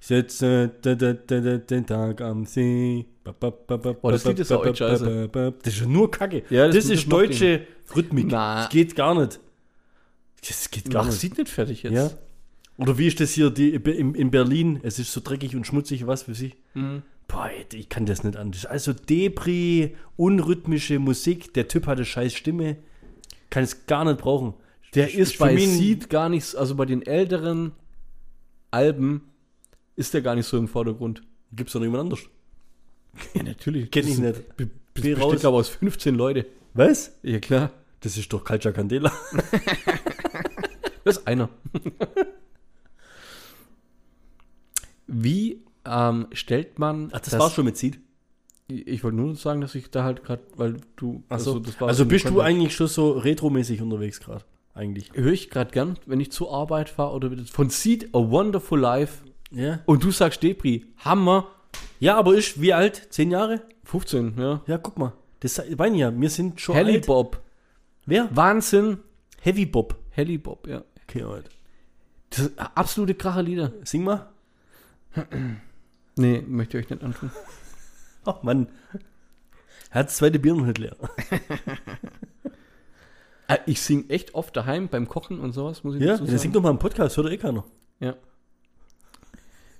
Ich setze da, da, da, da, den Tag am See. Ba, ba, ba, ba,
Boah, Oh, das
ba,
Lied ist
ba,
auch
ba,
echt scheiße.
ba, ba, ba. Das ist ja nur Kacke.
Ja, das-
das,
das
ist
macht
deutsche Rhythmik.
Na.
Das geht gar nicht. Das geht gar
Mach
nicht.
sieht nicht fertig jetzt.
Ja. Oder wie ist das hier die, in, in Berlin? Es ist so dreckig und schmutzig, was für sich. Boah, ey, ich kann das nicht an. Das ist also Depri, unrhythmische Musik. Der Typ hat eine scheiß Stimme. Kann es gar nicht brauchen. Der
Ist bei Seed gar nichts, also bei den älteren Alben ist der gar nicht so im Vordergrund.
Gibt's doch noch jemand anders.
Ja, natürlich.
Kenn
Das
ich
ist-
nicht.
be-
Geh
be-
raus.
Besteht, glaube aus 15 Leute.
Was?
Ja, klar.
Das ist doch Calcia Candela.
Das ist einer. Wie ähm, stellt man.
Ach, das, war schon mit Seed.
Ich, ich wollte nur sagen, dass ich da halt gerade, weil du.
Also,
das war
also
so ein
bist du
Kontext.
eigentlich schon so retromäßig unterwegs gerade? Eigentlich.
Höre ich gerade gern, wenn ich zur Arbeit fahre oder wieder- von Seed A Wonderful Life
Ja.
und du sagst Depri, Hammer,
Ja, aber ist wie alt? Zehn Jahre?
15, ja.
Ja, guck mal. Das meine ich ja. Wir sind schon
Helly
alt.
Bob.
Wer?
Wahnsinn.
Heavy Bob.
Helly Bob, ja.
Okay, alright.
Das sind absolute Kracherlieder.
Sing mal.
Nee, möchte ich euch nicht antun.
Ach Oh, Mann. Er hat das zweite Bier noch nicht leer.
Äh, Ich singe echt oft daheim beim Kochen und sowas, muss ich
Ja,
dazu
dann sing
sagen.
doch mal einen Podcast, hört doch eh keiner.
Ja.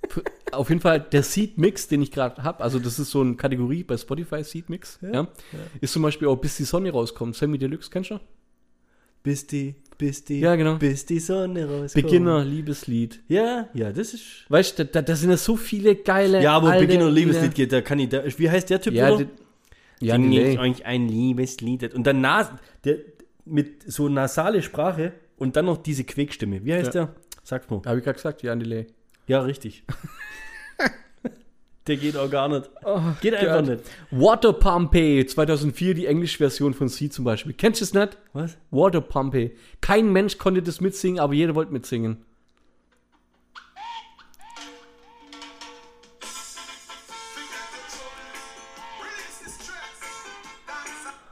P- Auf jeden Fall der Seed Mix, den ich gerade habe, also das ist so eine Kategorie bei Spotify Seed Mix, ja, ist zum Beispiel auch bis die Sonne rauskommt. Sammy Deluxe kennst du?
Bis die, bis die,
Ja, genau.
bis die Sonne rauskommt.
Beginner Liebeslied.
Ja, ja, das ist.
Weißt du, da, da sind ja so viele geile.
Ja, aber
alte
Beginner Liebeslied
Lieder.
geht, da kann ich, da, wie heißt der Typ
Ja,
wieder?
die, ja,
Sing
Delay.
ich euch ein Liebeslied. Und dann nas, der, mit so nasale Sprache und dann noch diese Quäkstimme. Wie heißt
Ja.
der? Sag's mal.
Habe ich gerade gesagt, ja, Delay.
Ja, richtig. der geht auch gar nicht. geht einfach
Oh, Gott.
nicht.
Water Pompey 2004, die englische Version von Seed zum Beispiel. Kennst du es nicht?
Was?
Water Pompey. Kein Mensch konnte das mitsingen, aber jeder wollte mitsingen.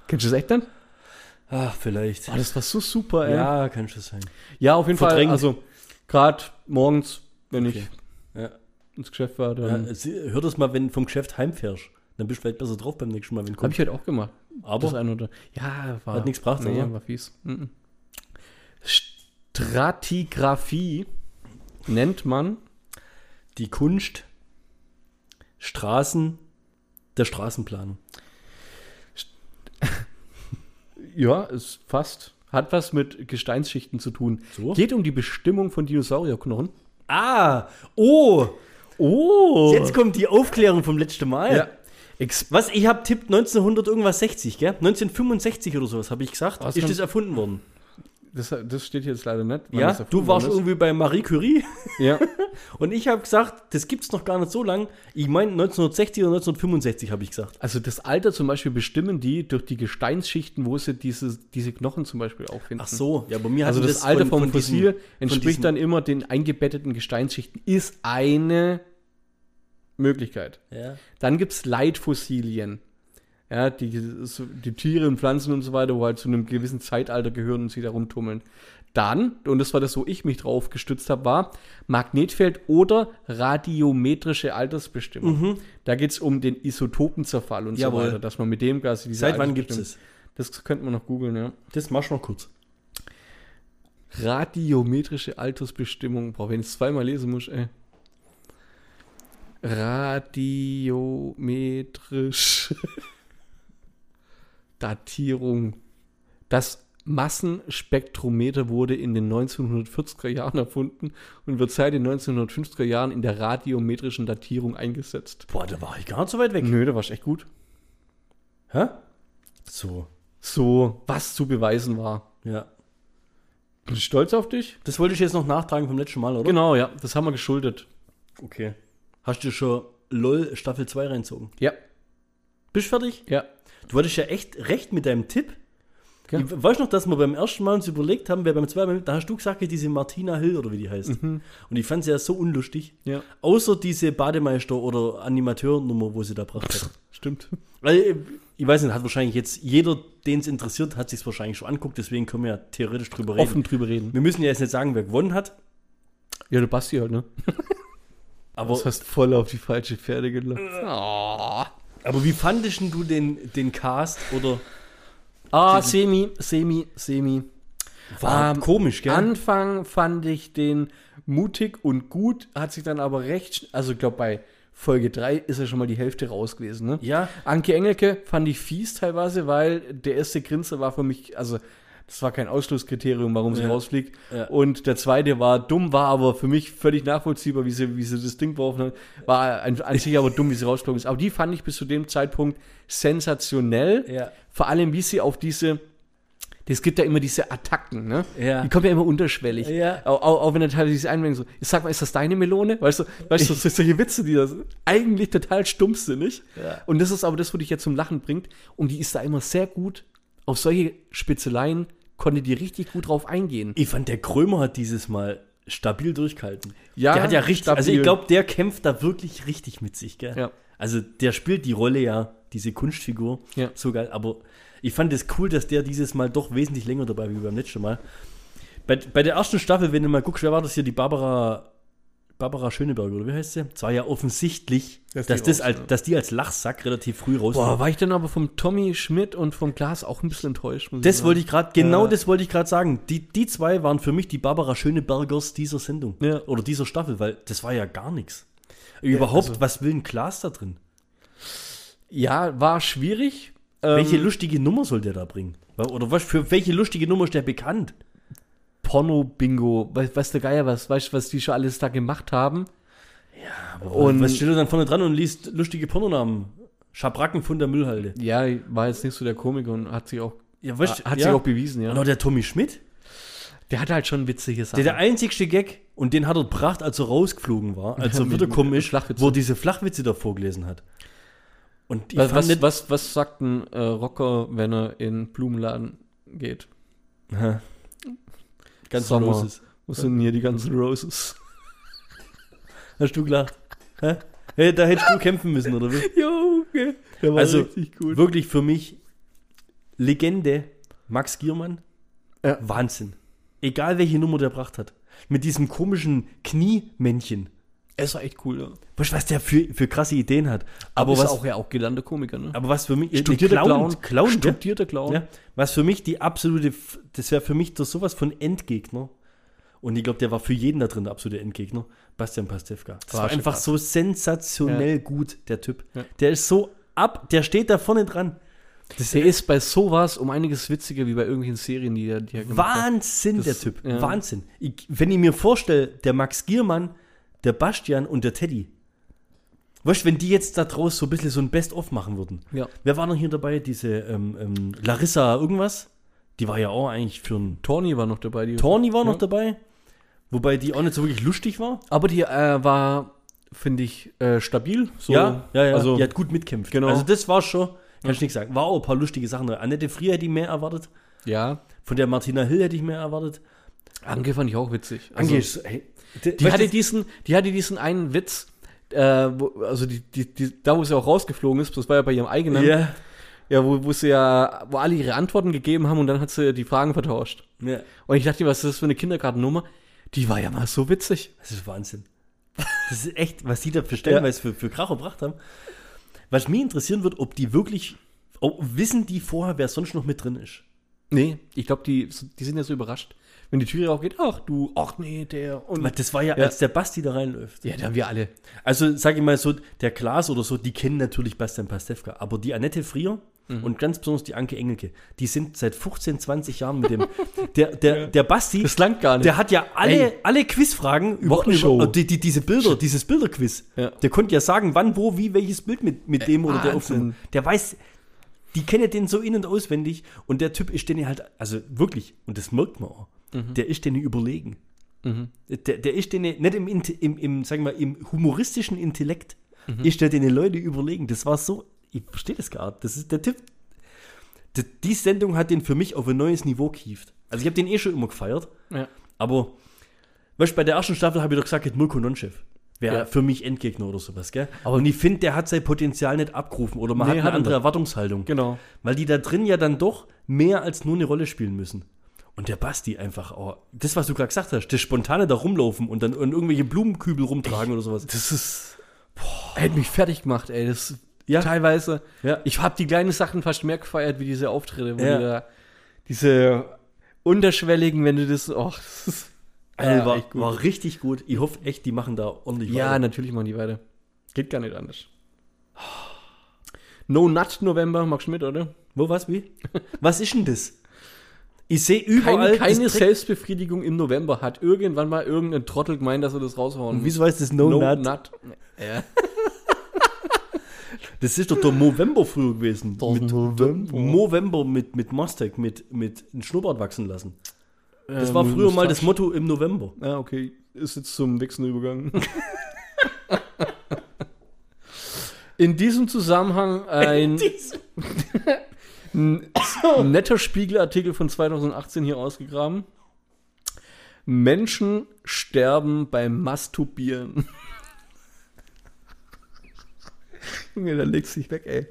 Kennst du das echt dann?
Ach, Ah, vielleicht.
Oh, das war so super, ey.
Ja, kann schon sein.
Ja, auf jeden
Verdrängt.
Fall. Also, gerade morgens, wenn
Okay.
ich
Ja.
ins Geschäft war,
Ja, äh,
dann.
sie- hör das mal, wenn vom Geschäft heimfährst. Dann bist du vielleicht besser drauf beim nächsten Mal, wenn
Habe ich
kommt.
heute auch gemacht. das
Aber
ein oder Ja, war.
Hat nichts gebracht,
nee,
oder?
war fies. Mhm. Stratigraphie nennt man.
die Kunst, Straßen, der Straßenplan.
Ja, ist fast. Hat was mit Gesteinsschichten zu tun.
So?
Geht um die Bestimmung von Dinosaurierknochen.
Ah, oh,
Oh!
jetzt kommt die Aufklärung vom letzten Mal.
ja. Ex
Was, ich habe tippt 1900 irgendwas 60, gell? 1965 oder sowas, habe ich gesagt.
Was
ist
kann-
das erfunden worden?
das, das steht hier jetzt leider nicht. wann
ja,
das erfunden
du warst
worden
irgendwie bei Marie Curie
ist. Ja.
und ich habe gesagt, das gibt's noch gar nicht so lang. Ich meine 1960 oder 1965 habe ich gesagt.
Also das Alter zum Beispiel bestimmen die durch die Gesteinsschichten, wo sie diese, diese Knochen zum Beispiel auch finden.
Ach so, ja, bei mir
Also
hatten
das, Alter vom
von diesem-
Fossil
von
entspricht
diesem-
dann immer den eingebetteten Gesteinsschichten. Ist eine Möglichkeit.
Ja.
Dann gibt es Leitfossilien. Ja, die, so- die Tiere und Pflanzen und so weiter, wo halt zu einem gewissen Zeitalter gehören und sie da rumtummeln. Dann, und das war das, wo ich mich drauf gestützt habe, war Magnetfeld oder radiometrische Altersbestimmung. Da geht es um den Isotopenzerfall und
Mhm. Jawohl.
so weiter, dass man mit dem Gas diese
Seit wann gibt's
Altersbestimmung-
es?
Das könnte man noch googeln, ja.
Das machst du noch kurz.
Radiometrische Altersbestimmung. Boah, wenn ich es zweimal lesen muss, ey. Radiometrische Datierung. Das Massenspektrometer wurde in den 1940er Jahren erfunden und wird seit den 1950er Jahren in der radiometrischen Datierung eingesetzt.
Boah, da war ich gar nicht so weit weg.
Nö, da warst echt gut.
Hä? So,
So, was zu beweisen war.
ja.
Bin ich stolz auf dich?
Das wollte ich jetzt noch nachtragen vom letzten Mal, oder?
Genau, ja, das haben wir geschuldet.
Okay. Hast du schon LOL Staffel 2 reinzogen?
Ja,
Bist du fertig?
ja.
Du hattest ja echt recht mit deinem Tipp.
Ja.
Ich weiß noch, dass wir beim ersten Mal uns überlegt haben, wer beim zweiten Mal, da hast du gesagt, diese Martina Hill oder wie die heißt. Und ich fand sie ja so unlustig.
Mhm. Ja.
Außer diese Bademeister- oder Animateurnummer, wo sie da brachte.
Stimmt.
Weil, äh, ich weiß nicht, hat wahrscheinlich jetzt jeder, den es interessiert, hat sich es wahrscheinlich schon anguckt, deswegen können wir ja theoretisch drüber reden.
Offen drüber reden.
Wir müssen ja jetzt nicht sagen, wer gewonnen hat.
Ja, der Basti halt, ne?
Aber,
Du hast voll auf die falsche Pferde gelockt.
aber wie fandest denn du den, den Cast? Oder
Ah, semi, semi, semi.
war
Ähm,
komisch, gell?
Anfang fand ich den mutig und gut, hat sich dann aber recht, schn- also ich glaube bei Folge 3 ist ja schon mal die Hälfte raus gewesen, ne?
Ja.
Anke Engelke fand ich fies teilweise, weil der erste Grinser war für mich, also das war kein Ausschlusskriterium, warum sie
Ja.
rausfliegt.
Ja.
Und der zweite war dumm, war aber für mich völlig nachvollziehbar, wie sie, wie sie das Ding geworfen hat. War an, an sich aber dumm, wie sie rausgeflogen ist. Aber die fand ich bis zu dem Zeitpunkt sensationell.
Ja.
Vor allem, wie sie auf diese es gibt ja immer diese Attacken, ne?
Ja.
Die kommen ja immer unterschwellig.
Ja.
Auch, auch, auch wenn er teilweise sich einbringt, so, ich sag mal, ist das deine Melone? Weißt du, weißt du, so- solche Witze, die das eigentlich total stumpfsinnig.
Ja.
Und das ist aber das, wo dich ja zum Lachen bringt. Und die ist da immer sehr gut. Auf solche Spitzeleien konnte die richtig gut drauf eingehen.
Ich fand, der Krömer hat dieses Mal stabil durchgehalten.
Ja,
der hat ja richtig, also ich
stabil.
glaube, der kämpft da wirklich richtig mit sich, gell?
Ja.
Also der spielt die Rolle ja, diese Kunstfigur,
Ja.
so geil. Aber ich fand es cool, dass der dieses Mal doch wesentlich länger dabei war wie beim letzten Mal. Bei, bei der ersten Staffel, wenn du mal guckst, wer war das hier, die Barbara, Barbara Schöneberger, oder wie heißt sie? Es war ja offensichtlich,
Dass
dass,
die
die, das
raus-
als, dass die als Lachsack relativ früh raus war.
Boah, war ich dann aber vom Tommy Schmidt und vom Glas auch ein bisschen enttäuscht. muss
Das
sagen.
wollte ich gerade, genau
Ja.
das wollte ich gerade sagen. Die, die zwei waren für mich die Barbara Schönebergers dieser Sendung.
Ja.
Oder dieser Staffel, weil das war ja gar nichts. Überhaupt,
also
was will ein Klaas da drin?
Ja, war schwierig. Ähm,
welche lustige Nummer soll der da bringen? Wa- Oder was für welche lustige Nummer ist der bekannt?
Porno-Bingo, weiß, weiß der Geier was, weißt du, was die schon alles da gemacht haben?
Und
Und-
was steht er dann vorne dran und liest lustige Pornonamen? Schabracken von der Müllhalde.
Ja, war jetzt nicht so der Komiker und hat sich auch,
Ja,
hat
ja.
sich auch bewiesen,
Und auch
Ah, ja.
der Tommy Schmidt,
Der hat halt schon witzige Sachen.
der der einzigste Gag, und den hat er gebracht, als er rausgeflogen war, als
Ja,
er
mit-
wiedergekommen
mit
ist,
Flachwitze.
wo er diese Flachwitze da vorgelesen hat. Und ich
was,
fand
was, was, was sagt ein äh, Rocker, wenn er in den Blumenladen geht?
ganz
Sommer.
Roses.
Wo sind denn hier die ganzen Roses?
Hast du gelacht? Hä? Hey, da hättest du kämpfen müssen, oder wie?
Junge, der war
Also,
richtig gut.
Wirklich für mich Legende Max Giermann.
Ja.
Wahnsinn. Egal welche Nummer der gebracht hat. Mit diesem komischen Kniemännchen.
Es war echt cool, ja.
Weißt du, was der für, für krasse Ideen hat. Aber,
ist
was,
auch ja auch gelernter Komiker, ne?
aber was für mich. äh,
Studierter
Clown.
Clown. ne?
Clown gell?
Studierter Clown.
ja, was für mich die absolute. F- Das wäre für mich das sowas von Endgegner. Und ich glaube, der war für jeden da drin der absolute Endgegner. Bastian Pastewka. Das war,
War schon
einfach
krass.
so sensationell gut, der Typ.
Ja.
Der ist so ab, der steht da vorne dran.
Der ist bei sowas um einiges witziger wie bei irgendwelchen Serien, die er, die er gemacht hat.
Wahnsinn,
Das-
der Typ.
ja.
Wahnsinn. Ich, wenn ich mir vorstelle, der Max Giermann, der Bastian und der Teddy. Weißt du, wenn die jetzt da draus so ein bisschen so ein Best-of machen würden.
Ja.
Wer war noch hier dabei? Diese ähm, ähm, Larissa irgendwas? Die war ja auch eigentlich für einen
Tony war noch dabei. Die
Tawny war
Ja.
noch dabei, wobei die auch nicht so wirklich lustig war.
Aber die äh, war, finde ich, äh, stabil. So,
Also,
Also,
die hat gut mitkämpft.
Genau.
Also das war schon, kann ich nichts sagen, war auch ein paar lustige Sachen. drin. Annette Frier hätte ich mehr erwartet,
ja.
von der Martina Hill hätte ich mehr erwartet.
Anke fand ich auch witzig.
Angie
also,
ist- hey,
die, hatte
die,
diesen, die hatte diesen einen Witz, äh, wo, also die, die, die, da, wo sie auch rausgeflogen ist, das war ja bei ihrem eigenen,
ja,
ja, wo, wo sie ja, wo alle ihre Antworten gegeben haben und dann hat sie die Fragen vertauscht.
ja,
Und ich dachte mir, was ist das für eine Kindergartennummer? Die war ja mal so witzig.
das ist Wahnsinn. Das ist echt, was die da für Stellenweise für, für Kracher gebracht haben. Was mich interessieren wird, ob die wirklich, oh, wissen die vorher, wer sonst noch mit drin ist?
Nee, ich glaube, die, die sind ja so überrascht. Wenn die Tür aufgeht, ach du, ach nee, der und.
Weil Das war ja,
Ja.
als der Basti da reinläuft.
Ja, da haben wir alle.
Also, sag ich mal so, der Klaas oder so, die kennen natürlich Bastian Pastewka, aber die Annette Frier und ganz besonders die Anke Engelke, die sind seit 15, 20 Jahren mit dem. Der, der, der Basti,
Das langt gar nicht.
der hat ja alle,
Ey.
alle Quizfragen über,
Wochenshow.
über die, die, diese Bilder, dieses Bilderquiz.
Ja.
Der konnte ja sagen, wann, wo, wie, welches Bild mit, mit dem oder der
Wahnsinn.
aufnimmt. Der weiß, die kennen den so in- und auswendig und der Typ ist denen halt, also wirklich, und das merkt man auch,
Mhm.
der ist denen überlegen. Der, der ist denen, nicht im, Inte- im, im, sagen wir, im humoristischen Intellekt,
Mhm.
ist der denen Leute überlegen. Das war so, ich verstehe das gar nicht. Das ist der Typ, die, die Sendung hat den für mich auf ein neues Niveau gehievt. Also ich habe den eh schon immer gefeiert,
ja.
aber weißt, du, bei der ersten Staffel habe ich doch gesagt, jetzt Mirko Nonchef wäre
Ja.
für mich Endgegner oder sowas, gell? Aber und ich finde, der hat sein Potenzial nicht abgerufen oder man
Nee,
hat eine
hat er
andere
nicht.
Erwartungshaltung.
Genau.
Weil die da drin ja dann doch mehr als nur eine Rolle spielen müssen. Und der Basti einfach, oh, das, was du gerade gesagt hast, das spontane da rumlaufen und dann und irgendwelche Blumenkübel rumtragen oder sowas.
Das ist. Boah. Hätte mich fertig gemacht, ey. Das ja. teilweise.
Ja.
Ich habe die kleinen Sachen fast mehr gefeiert wie diese Auftritte, wo
Ja.
die da, diese unterschwelligen, wenn du das. Oh, das ist,
Alter,
echt
war,
gut.
war richtig gut. Ich hoffe echt, die machen da ordentlich
ja, ne.
weiter.
natürlich machen die weiter. Geht gar nicht anders. No Nut November, magst du mit, oder?
Wo, was, wie? Was ist denn das? Ich sehe
Keine,
überall.
keine
das Dreck-
Selbstbefriedigung im November hat irgendwann mal irgendein Trottel gemeint, dass wir das raushauen.
Wieso heißt das No, Nut?
Ja.
Das ist doch der Movember früher gewesen. Mit
November.
Movember mit, mit Mostek, mit, mit einem Schnurrbart wachsen lassen. Das
Ähm,
war früher mal das
Mustache.
Motto im November.
Ah, okay. Ist jetzt zum nächsten Übergang. In diesem Zusammenhang ein n- netter Spiegelartikel von 2018 hier ausgegraben. Menschen sterben beim Masturbieren. Junge, da legst du dich weg, ey.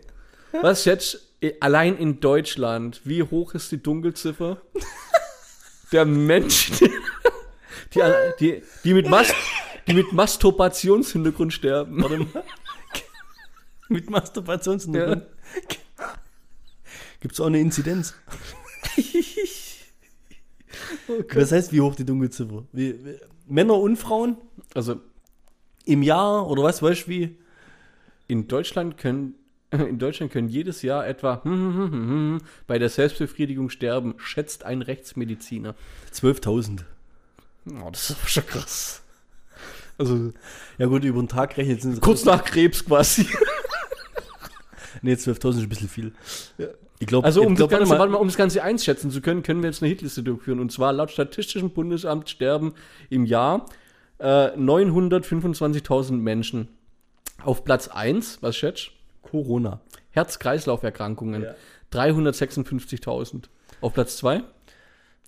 Was schätzt äh, allein in Deutschland, wie hoch ist die Dunkelziffer? Der Mensch, der die, die, die, mit Mas die mit Masturbationshintergrund sterben.
Warte mal. mit Masturbationsnummern. Gibt es auch eine Inzidenz? Das Oh heißt, wie hoch die Dunkelziffer? Wie, wie, Männer und Frauen
Also
im Jahr oder was weißt du wie?
in Deutschland können in Deutschland können jedes Jahr etwa bei der Selbstbefriedigung sterben, schätzt ein Rechtsmediziner.
12.000.
Oh, das ist aber schon krass. Also
Ja gut, über den Tag rechnet sind es
kurz nach Krebs quasi.
Nee, 12.000 ist ein bisschen viel. Ich glaube,
Also um,
ich glaub,
das,
warte
Ganze,
mal,
warte mal, um das Ganze einschätzen zu können, können wir jetzt eine Hitliste durchführen. Und zwar laut Statistischem Bundesamt sterben im Jahr äh, 925.000 Menschen. Auf Platz 1, was schätzt?
Corona.
Herz-Kreislauf-Erkrankungen.
Ja.
356.000. Auf Platz 2?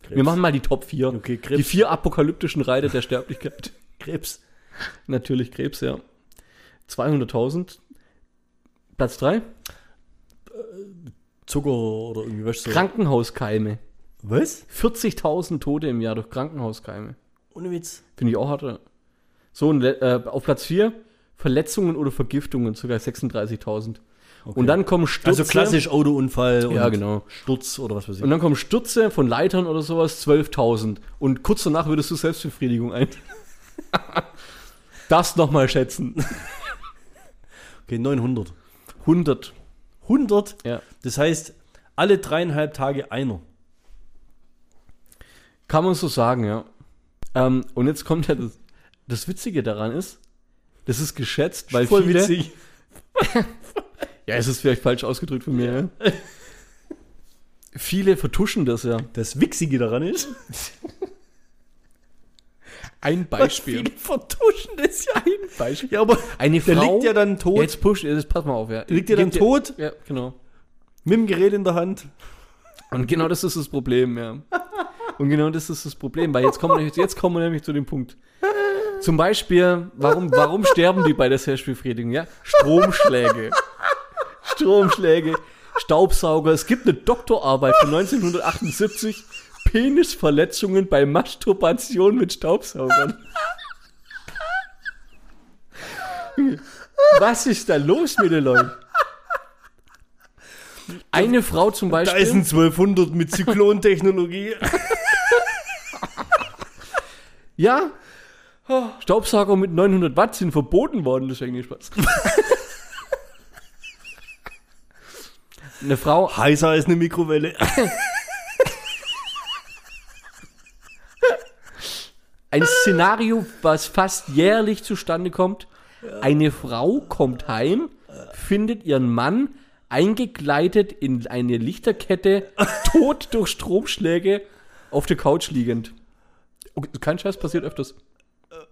Wir machen mal die Top 4.
Okay, Krebs.
die vier apokalyptischen Reiter der Sterblichkeit.
Krebs.
Natürlich Krebs, ja. 200.000. Platz 3?
Zucker oder irgendwie was so.
Krankenhauskeime.
Was?
40.000 Tote im Jahr durch Krankenhauskeime.
Ohne Witz.
Finde ich auch hart. ja. So, und le- äh, auf Platz 4 Verletzungen oder Vergiftungen, sogar 36.000. Und dann kommen Stürze.
Also klassisch Autounfall und
Ja, genau.
Sturz oder was weiß ich.
Und dann kommen Stürze von Leitern oder sowas, 12.000. Und kurz danach würdest du Selbstbefriedigung ein. das nochmal schätzen.
Okay, 900.
100.
100?
Ja.
Das heißt, alle dreieinhalb Tage einer.
Kann man so sagen, ja. Ähm, und jetzt kommt ja das, das Witzige daran ist, das ist geschätzt, weil viele. Ja, es ist vielleicht falsch ausgedrückt von mir. Ja. viele vertuschen das ja.
Das Wichsige daran ist,
Ein
viele vertuschen das ja ein.
Beispiel.
Ja, aber
Eine
der
Frau.
liegt ja dann tot,
Ja, jetzt push, jetzt pass mal auf, ja.
liegt ja dann
Gibt
tot
Ja, genau.
mit dem Gerät in der Hand.
Und genau das ist das Problem, ja. Und genau das ist das Problem, weil jetzt kommen wir nämlich, jetzt kommen wir nämlich zu dem Punkt. Zum Beispiel, warum, warum sterben die bei der Selbstbefriedigung, ja? Stromschläge. Stromschläge, Staubsauger. Es gibt eine Doktorarbeit von 1978. Penisverletzungen bei Masturbation mit Staubsaugern. Was ist da los mit den Leuten? Eine Frau zum Beispiel.
1200 mit Zyklontechnologie.
Ja. Oh, Staubsauger mit 900 Watt sind verboten worden, das ist eigentlich Spaß. Eine Frau,
Heißer als eine Mikrowelle.
ein Szenario, was fast jährlich zustande kommt. Eine Frau kommt heim, findet ihren Mann eingekleidet in eine Lichterkette, tot durch Stromschläge, auf der Couch liegend. Okay, Kein Scheiß, passiert öfters.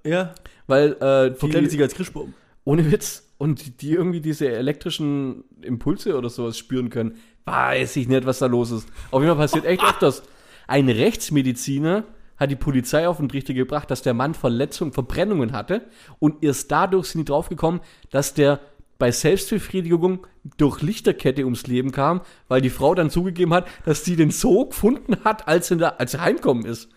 Ja,
Weil äh, die,
verkleidet sich als Christbaum.
Ohne Witz. Und die- die irgendwie diese elektrischen Impulse oder sowas spüren können. Weiß ich nicht, was da los ist. Auf jeden Fall passiert echt öfters. Ein Rechtsmediziner hat die Polizei auf den Trichter gebracht, dass der Mann Verletzungen, Verbrennungen hatte. Und erst dadurch sind die draufgekommen, dass der bei Selbstbefriedigung durch Lichterkette ums Leben kam, weil die Frau dann zugegeben hat, dass sie den so gefunden hat, als, in der, als er heimkommen ist.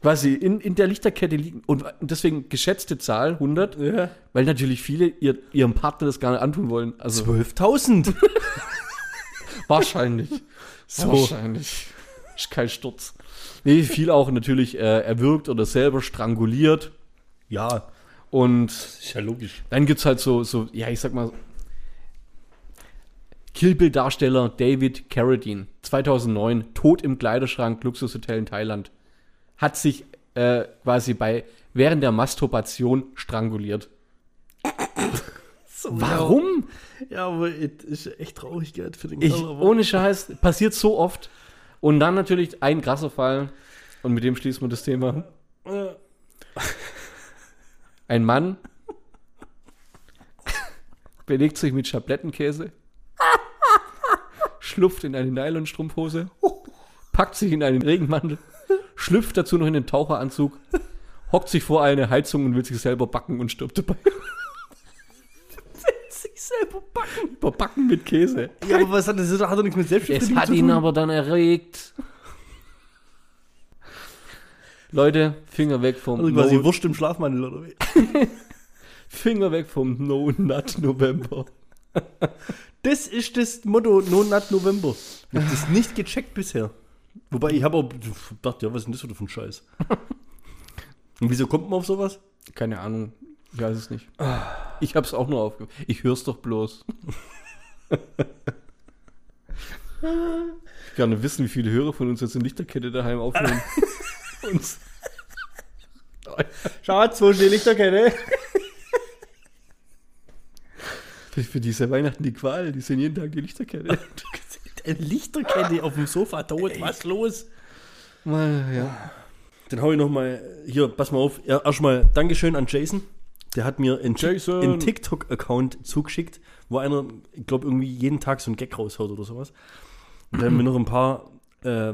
Quasi in, in der Lichterkette liegen. Und deswegen geschätzte Zahl 100,
Ja.
weil natürlich viele ihr, ihrem Partner das gar nicht antun wollen. Also
12.000.
wahrscheinlich.
So.
Wahrscheinlich. Ist kein Sturz. Nee, viel auch natürlich äh, erwürgt oder selber stranguliert.
ja,
Und
das ist ja logisch.
Dann gibt's halt so, so, ja, ich sag mal, Kill Bill Darsteller David Carradine, 2009, tot im Kleiderschrank, Luxushotel in Thailand, hat sich äh, quasi bei während der Masturbation stranguliert.
Oh,
Warum?
Ja, aber es ist echt traurig, gell, für den
Ich,
Kerl, aber-
ohne Scheiß, passiert so oft. Und dann natürlich ein krasser Fall, und mit dem schließen wir das Thema.
Äh,
Ein Mann belegt sich mit Schablettenkäse, schlüpft in eine Nylonstrumpfhose, packt sich in einen Regenmantel, schlüpft dazu noch in den Taucheranzug, hockt sich vor eine Heizung und will sich selber backen und stirbt dabei.
sich selber backen.
Überbacken mit Käse.
Ja, aber was hat das? Das hat doch nichts mit
Es
Selbstbefriedigung
hat ihn aber dann erregt. Leute, Finger weg vom
Also quasi
No-
Wurst im Schlafmantel oder wie?
Finger weg vom No Nut November.
Das ist das Motto No Nut November. Ich hab das nicht gecheckt bisher. Wobei ich habe auch gedacht, ja, was ist denn das wieder für ein Scheiß? Und wieso kommt man auf sowas?
Keine Ahnung. Ich weiß es nicht. Ich hab's auch nur aufgehört. Ich hör's doch bloß. ich kann nicht wissen, wie viele Hörer von uns jetzt in Lichterkette daheim aufnehmen. Und
Schatz, wo ist die Lichterkette?
für, für diese Weihnachten die Qual, die sehen jeden Tag die Lichterkette.
Eine Lichterkette auf dem Sofa tot, was los?
Mal, ja.
Dann hau ich nochmal, hier, pass mal auf, Ja, erstmal Dankeschön an Jason. Der hat mir einen, Tik-
Jason.
einen TikTok-Account zugeschickt, wo einer, ich glaube, irgendwie jeden Tag so einen Gag raushaut oder sowas. Und da haben wir noch ein paar äh,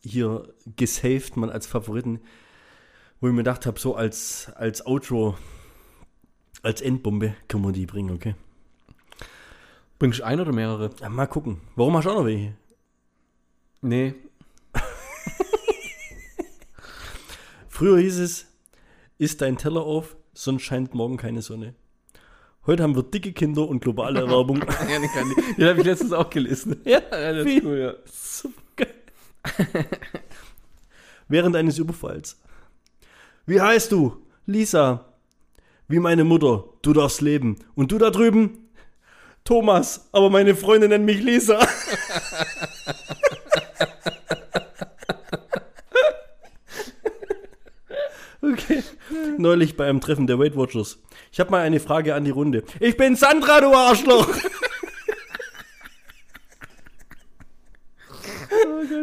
hier gesaved, man als Favoriten, wo ich mir gedacht habe, so als, als Outro, als Endbombe können wir die bringen, okay?
Bringst du ein oder mehrere?
Ja, mal gucken. Warum hast du auch noch welche?
Nee.
Früher hieß es, isst dein Teller auf, sonst scheint morgen keine Sonne. Heute haben wir dicke Kinder und globale Erwerbung.
Ja, den kann ich. Den habe ich letztens auch gelesen. Ja, das
Wie?
ist cool, ja.
Während eines Überfalls. Wie heißt du? Lisa. Wie meine Mutter. Du darfst leben. Und du da drüben? Thomas. Aber meine Freunde nennen mich Lisa. Okay. Neulich bei einem Treffen der Weight Watchers. Ich habe mal eine Frage an die Runde. Ich bin Sandra, du Arschloch.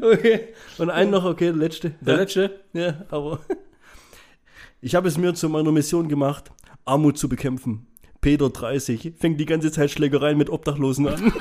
Okay. Und einen noch, okay, der letzte.
Der letzte?
Ja, aber ich habe es mir zu meiner Mission gemacht, Armut zu bekämpfen. Peter 30 fängt die ganze Zeit Schlägereien mit Obdachlosen an.